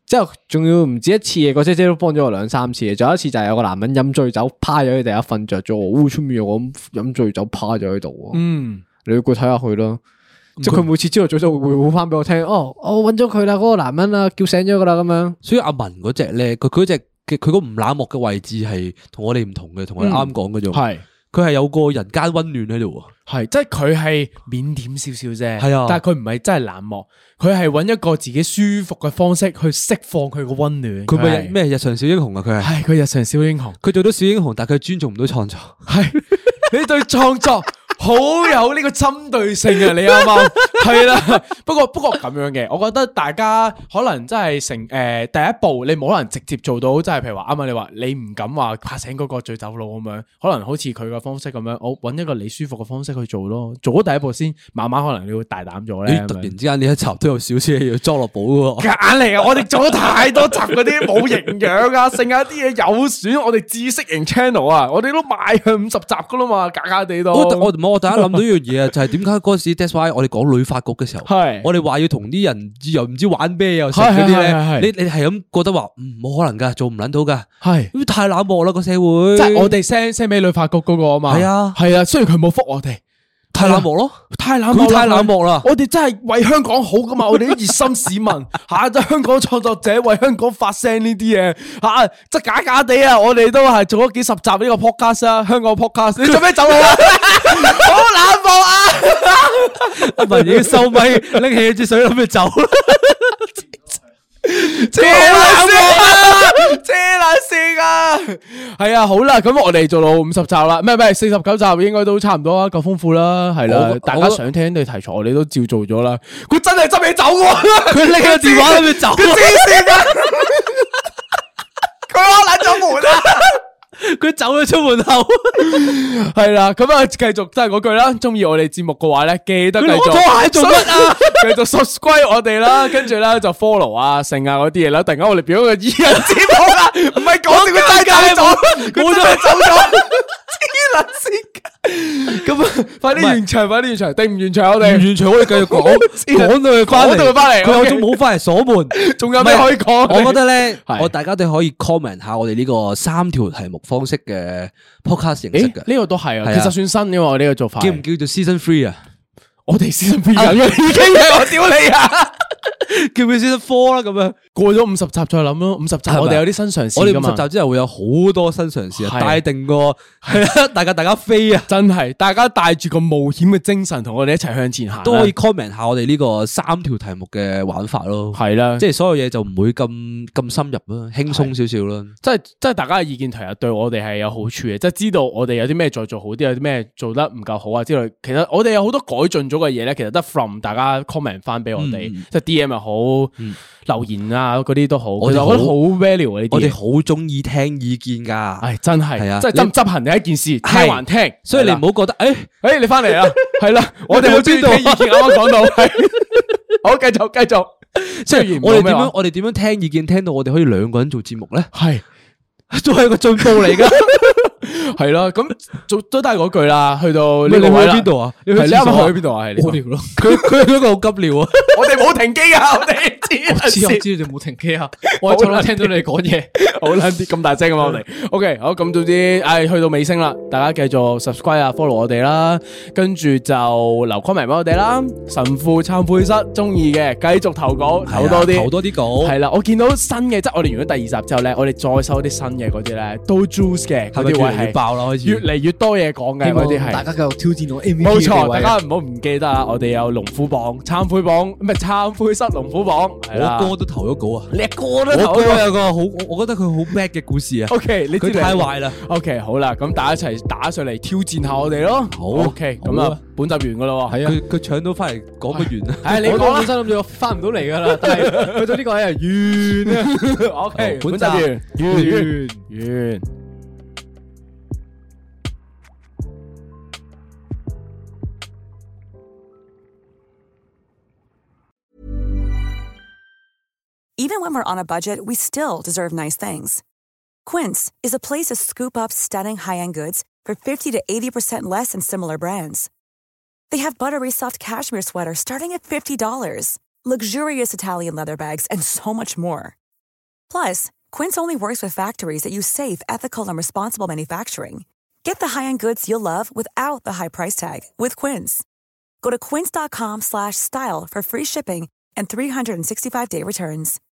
[SPEAKER 4] 之後仲要唔止一次嘅，個姐姐都幫咗我兩三次嘅。仲有一次就係有個男人飲醉酒趴咗喺地下瞓着咗，哦出面有個咁飲醉酒趴咗喺度喎，
[SPEAKER 3] 嗯，
[SPEAKER 4] 你過去睇下佢啦。即係佢每次朝頭早就會匯報翻俾我聽，哦，我揾咗佢啦，嗰、個男人啦，叫醒咗佢啦咁樣。
[SPEAKER 2] 所以阿文嗰只咧，佢佢嗰只嘅佢嗰唔冷漠嘅位置係同我哋唔同嘅，同我哋啱講嗰種，
[SPEAKER 3] 嗯 係
[SPEAKER 2] 佢係有個人間温暖喺度
[SPEAKER 3] 係，即係佢係腼腆少少啫，
[SPEAKER 2] 係啊
[SPEAKER 3] 但係佢唔係真係冷漠，佢係揾一個自己舒服嘅方式去釋放佢個温
[SPEAKER 2] 喎，
[SPEAKER 3] 暖。
[SPEAKER 2] 佢咪
[SPEAKER 3] 係
[SPEAKER 2] 咩日常小英雄啊，佢係
[SPEAKER 3] 係佢日常小英雄。
[SPEAKER 2] 佢做到小英雄，但係佢尊重唔到創作。
[SPEAKER 3] 系你對創作好有呢個針對性啊！你啱啱係啦，不過不過咁樣嘅，我覺得大家可能真係成诶、第一步，你冇可能直接做到，即係譬如話啱啱啊你話你唔敢話拍醒嗰個醉酒佬咁樣，可能好似佢嘅方式咁樣，我揾一個你舒服嘅方式去做咯，做咗第一步先，慢慢可能你會大膽咗咧。
[SPEAKER 2] 咦突然之間呢一集都有少少嘢要裝落 補 喎。
[SPEAKER 3] 夾硬嚟啊！我哋做咗太多集嗰啲冇營養啊，剩下啲嘢有損我哋知識型 channel 啊，我哋都賣向五十集噶啦嘛，假假地都。
[SPEAKER 2] 我我我第一諗到一樣嘢啊， 就係點解嗰陣時 that's why 我哋講旅發局嘅時候，
[SPEAKER 3] 係
[SPEAKER 2] 我哋話要同啲人又唔知玩咩又成
[SPEAKER 3] 係
[SPEAKER 2] 嗰啲
[SPEAKER 3] 係係係
[SPEAKER 2] 咧，你你係咁覺得話嗯冇可能㗎，做唔撚到 㗎，
[SPEAKER 3] 係
[SPEAKER 2] 咁太冷漠啦個社會，
[SPEAKER 3] 即係我哋 send send 俾旅發局嗰個啊嘛。
[SPEAKER 2] 係啊
[SPEAKER 3] 係啊，雖然佢冇覆我哋，
[SPEAKER 2] 太冷 漠咯，
[SPEAKER 3] 太冷漠啦，
[SPEAKER 2] 佢太冷漠啦
[SPEAKER 3] 我哋真係為香港好噶嘛，我哋啲熱心市民 吓，即係香港創作者為香港發聲呢啲嘢吓，即係假假地啊！我哋都係做咗幾十集呢個 podcast 啊，香港 podcast，你做咩走佬 啊？好冷漠啊！
[SPEAKER 2] 阿文已經收 咪，拎起支水諗住走啦。
[SPEAKER 3] 遮烂线啊！遮烂线啊！系啊，好啦，咁我哋做到五十集啦，唔系唔系四十九集，應該都差唔多啊，夠豐富啦，係啦
[SPEAKER 2] 我，
[SPEAKER 3] 大家
[SPEAKER 2] 我
[SPEAKER 3] 想聽你題材，我哋都照做咗啦。佢真係執起走喎，佢
[SPEAKER 2] 拎個電話諗住走
[SPEAKER 3] 佢黐線啊！佢開撚咗門啊！
[SPEAKER 2] 佢走咗出門口，
[SPEAKER 3] 系啦，咁啊，繼續都係嗰句啦。中意我哋節目嘅話咧，記得繼
[SPEAKER 2] 佢攞
[SPEAKER 3] 續
[SPEAKER 2] 拖鞋做乜啊？
[SPEAKER 3] 繼續 subscribe 我哋啦，跟住咧就 follow 啊、剩啊嗰啲嘢啦。突然間我哋變咗個 E 人節目啦，唔係講笑，佢真係走咗，佢真係走咗。黐撚線㗎咁啊，快啲完場，快啲完場，定唔完場我
[SPEAKER 2] 唔
[SPEAKER 3] 哋？
[SPEAKER 2] 完場我哋繼續講， 講到佢翻嚟，
[SPEAKER 3] 講到佢返嚟
[SPEAKER 2] 佢
[SPEAKER 3] OK
[SPEAKER 2] 有種冇翻嚟鎖門，
[SPEAKER 3] 仲有咩可以講
[SPEAKER 2] 唔係我覺得咧，
[SPEAKER 3] 係
[SPEAKER 2] 我大家都可以 comment 下我哋呢個三條題目方式嘅 podcast 形式
[SPEAKER 3] 誒
[SPEAKER 2] 嘅，
[SPEAKER 3] 呢個都係啊，
[SPEAKER 2] 係啊
[SPEAKER 3] 其實算新嘅喎，呢個做法。
[SPEAKER 2] 叫唔叫做 season three 啊？
[SPEAKER 3] 我哋先變緊嘅，已經係我屌你啊！
[SPEAKER 2] 叫唔叫 season four 啦？咁樣。
[SPEAKER 3] 過咗五十集再諗咯，五十集
[SPEAKER 2] 係咪
[SPEAKER 3] 我哋有啲新嘗
[SPEAKER 2] 我
[SPEAKER 3] 試
[SPEAKER 2] 哋
[SPEAKER 3] 㗎
[SPEAKER 2] 五
[SPEAKER 3] 嘛
[SPEAKER 2] 十。集之後會有好多新嘗試啊，
[SPEAKER 3] 係
[SPEAKER 2] 帶定個係啊， 大家大家飛啊，
[SPEAKER 3] 真系，大家帶住個冒險嘅精神，同我哋一齊向前行啦，啊
[SPEAKER 2] 都可以 comment 下我哋呢個三條題目嘅玩法咯。
[SPEAKER 3] 係啦，
[SPEAKER 2] 即係
[SPEAKER 3] 即
[SPEAKER 2] 所有嘢就唔會咁咁深入啦，輕鬆少少啦。
[SPEAKER 3] 即係即係大家嘅意見提下，對我哋係有好處嘅，即係知道我哋有啲咩再做好啲，有啲咩做得唔夠好啊之類。其實我哋有好多改進咗嘅嘢咧，其實得 from 大家 comment 翻俾我哋，
[SPEAKER 2] 嗯
[SPEAKER 3] 即係 D M 又好，留言啊嗰啲都好，
[SPEAKER 2] 我
[SPEAKER 3] 其
[SPEAKER 2] 哋
[SPEAKER 3] 實
[SPEAKER 2] 好
[SPEAKER 3] 我覺得好 value 啊呢
[SPEAKER 2] 我
[SPEAKER 3] 啲
[SPEAKER 2] 哋
[SPEAKER 3] 嘢。
[SPEAKER 2] 好中意聽意見㗎，
[SPEAKER 3] 唉，真係，
[SPEAKER 2] 係啊
[SPEAKER 3] 即係執唔執行第一件事，
[SPEAKER 2] 係
[SPEAKER 3] 聽還聽，
[SPEAKER 2] 所以你
[SPEAKER 3] 係啦
[SPEAKER 2] 唔好覺得哎誒。
[SPEAKER 3] 诶、你翻 嚟啦，系啦，我哋好中意
[SPEAKER 2] 你都
[SPEAKER 3] 听
[SPEAKER 2] 知
[SPEAKER 3] 意
[SPEAKER 2] 道
[SPEAKER 3] 見，啱 啱講到，係好繼續繼續，
[SPEAKER 2] 即
[SPEAKER 3] 雖
[SPEAKER 2] 係
[SPEAKER 3] 然冇
[SPEAKER 2] 我哋
[SPEAKER 3] 咩
[SPEAKER 2] 點
[SPEAKER 3] 話
[SPEAKER 2] 樣我哋點樣聽意見，聽到我哋可以兩個人做節目 咧，
[SPEAKER 3] 係
[SPEAKER 2] 都係一個進步嚟㗎。
[SPEAKER 3] 係啦，咁做都都係嗰句啦，去到呢
[SPEAKER 2] 你
[SPEAKER 3] 個
[SPEAKER 2] 去
[SPEAKER 3] 位啦
[SPEAKER 2] 邊度啊？
[SPEAKER 3] 係
[SPEAKER 2] 去
[SPEAKER 3] 你啱
[SPEAKER 2] 廁所啊
[SPEAKER 3] 啱去邊度啊？係你
[SPEAKER 4] 屙尿咯，
[SPEAKER 2] 佢佢嗰個好急尿啊！
[SPEAKER 3] 我哋冇停機啊！我哋
[SPEAKER 4] 我知我
[SPEAKER 3] 知
[SPEAKER 4] 知你冇停機啊，我喺度聽到你哋講嘢。
[SPEAKER 3] 好撚啲咁大聲咁啊！我哋 OK 好咁，總之唉，去到尾聲啦，大家繼續 subscribe 啊，follow 我哋啦，跟住就留 comment 俾我哋啦。神父懺悔室中意嘅，繼續投稿，投多啲，
[SPEAKER 2] 投啊多啲稿。
[SPEAKER 3] 系啦，我見到新嘅，即係我哋完咗第二集之後咧，我哋再收啲新嘅嗰啲咧，都 juice 嘅嗰
[SPEAKER 2] 係咪越
[SPEAKER 3] 啲位
[SPEAKER 2] 嚟越
[SPEAKER 3] 係
[SPEAKER 2] 爆啦？開始
[SPEAKER 3] 越嚟越多嘢講嘅
[SPEAKER 4] 希
[SPEAKER 3] 嗰
[SPEAKER 4] 望
[SPEAKER 3] 啲係。
[SPEAKER 4] 大家繼續挑戰我 MVP
[SPEAKER 3] 冇
[SPEAKER 4] 嘅
[SPEAKER 3] 錯，
[SPEAKER 4] 位
[SPEAKER 3] 大
[SPEAKER 4] 啊
[SPEAKER 3] 家唔好唔記得啊！我哋有龍虎榜、參悔榜，唔係參悔室龍虎榜，係啦。
[SPEAKER 2] 我哥都投咗稿啊！
[SPEAKER 3] 你哥都
[SPEAKER 2] 我
[SPEAKER 3] 投咗
[SPEAKER 2] 哥有個好，我我覺得佢好 bad 嘅故事啊！
[SPEAKER 3] OK，你知
[SPEAKER 2] 佢
[SPEAKER 3] 你
[SPEAKER 2] 太壞啦。
[SPEAKER 3] OK，好啦，咁大家一齊打上嚟挑戰下我哋咯。
[SPEAKER 2] 好
[SPEAKER 3] OK，咁啊
[SPEAKER 2] 好啊，
[SPEAKER 3] 本集完噶啦喎。
[SPEAKER 2] 係啊，佢佢搶到翻嚟講不完啊！
[SPEAKER 3] 唉，你
[SPEAKER 4] 我
[SPEAKER 3] 講
[SPEAKER 4] 都
[SPEAKER 3] 啦
[SPEAKER 4] 本。身諗住我翻唔到嚟噶啦，但係去到呢個位係
[SPEAKER 3] OK，
[SPEAKER 2] 好
[SPEAKER 3] 本
[SPEAKER 2] 本
[SPEAKER 3] 集
[SPEAKER 2] 集
[SPEAKER 3] 完
[SPEAKER 2] 完
[SPEAKER 3] 完完。
[SPEAKER 9] Even when we're on a budget, we still deserve nice things. Quince is a place to scoop up stunning high-end goods for 50 to 80% less than similar brands. They have buttery soft cashmere sweaters starting at $50, luxurious Italian leather bags, and so much more. Plus, Quince only works with factories that use safe, ethical, and responsible manufacturing. Get the high-end goods you'll love without the high price tag with Quince. Go to quince.com/style for free shipping and 365-day returns.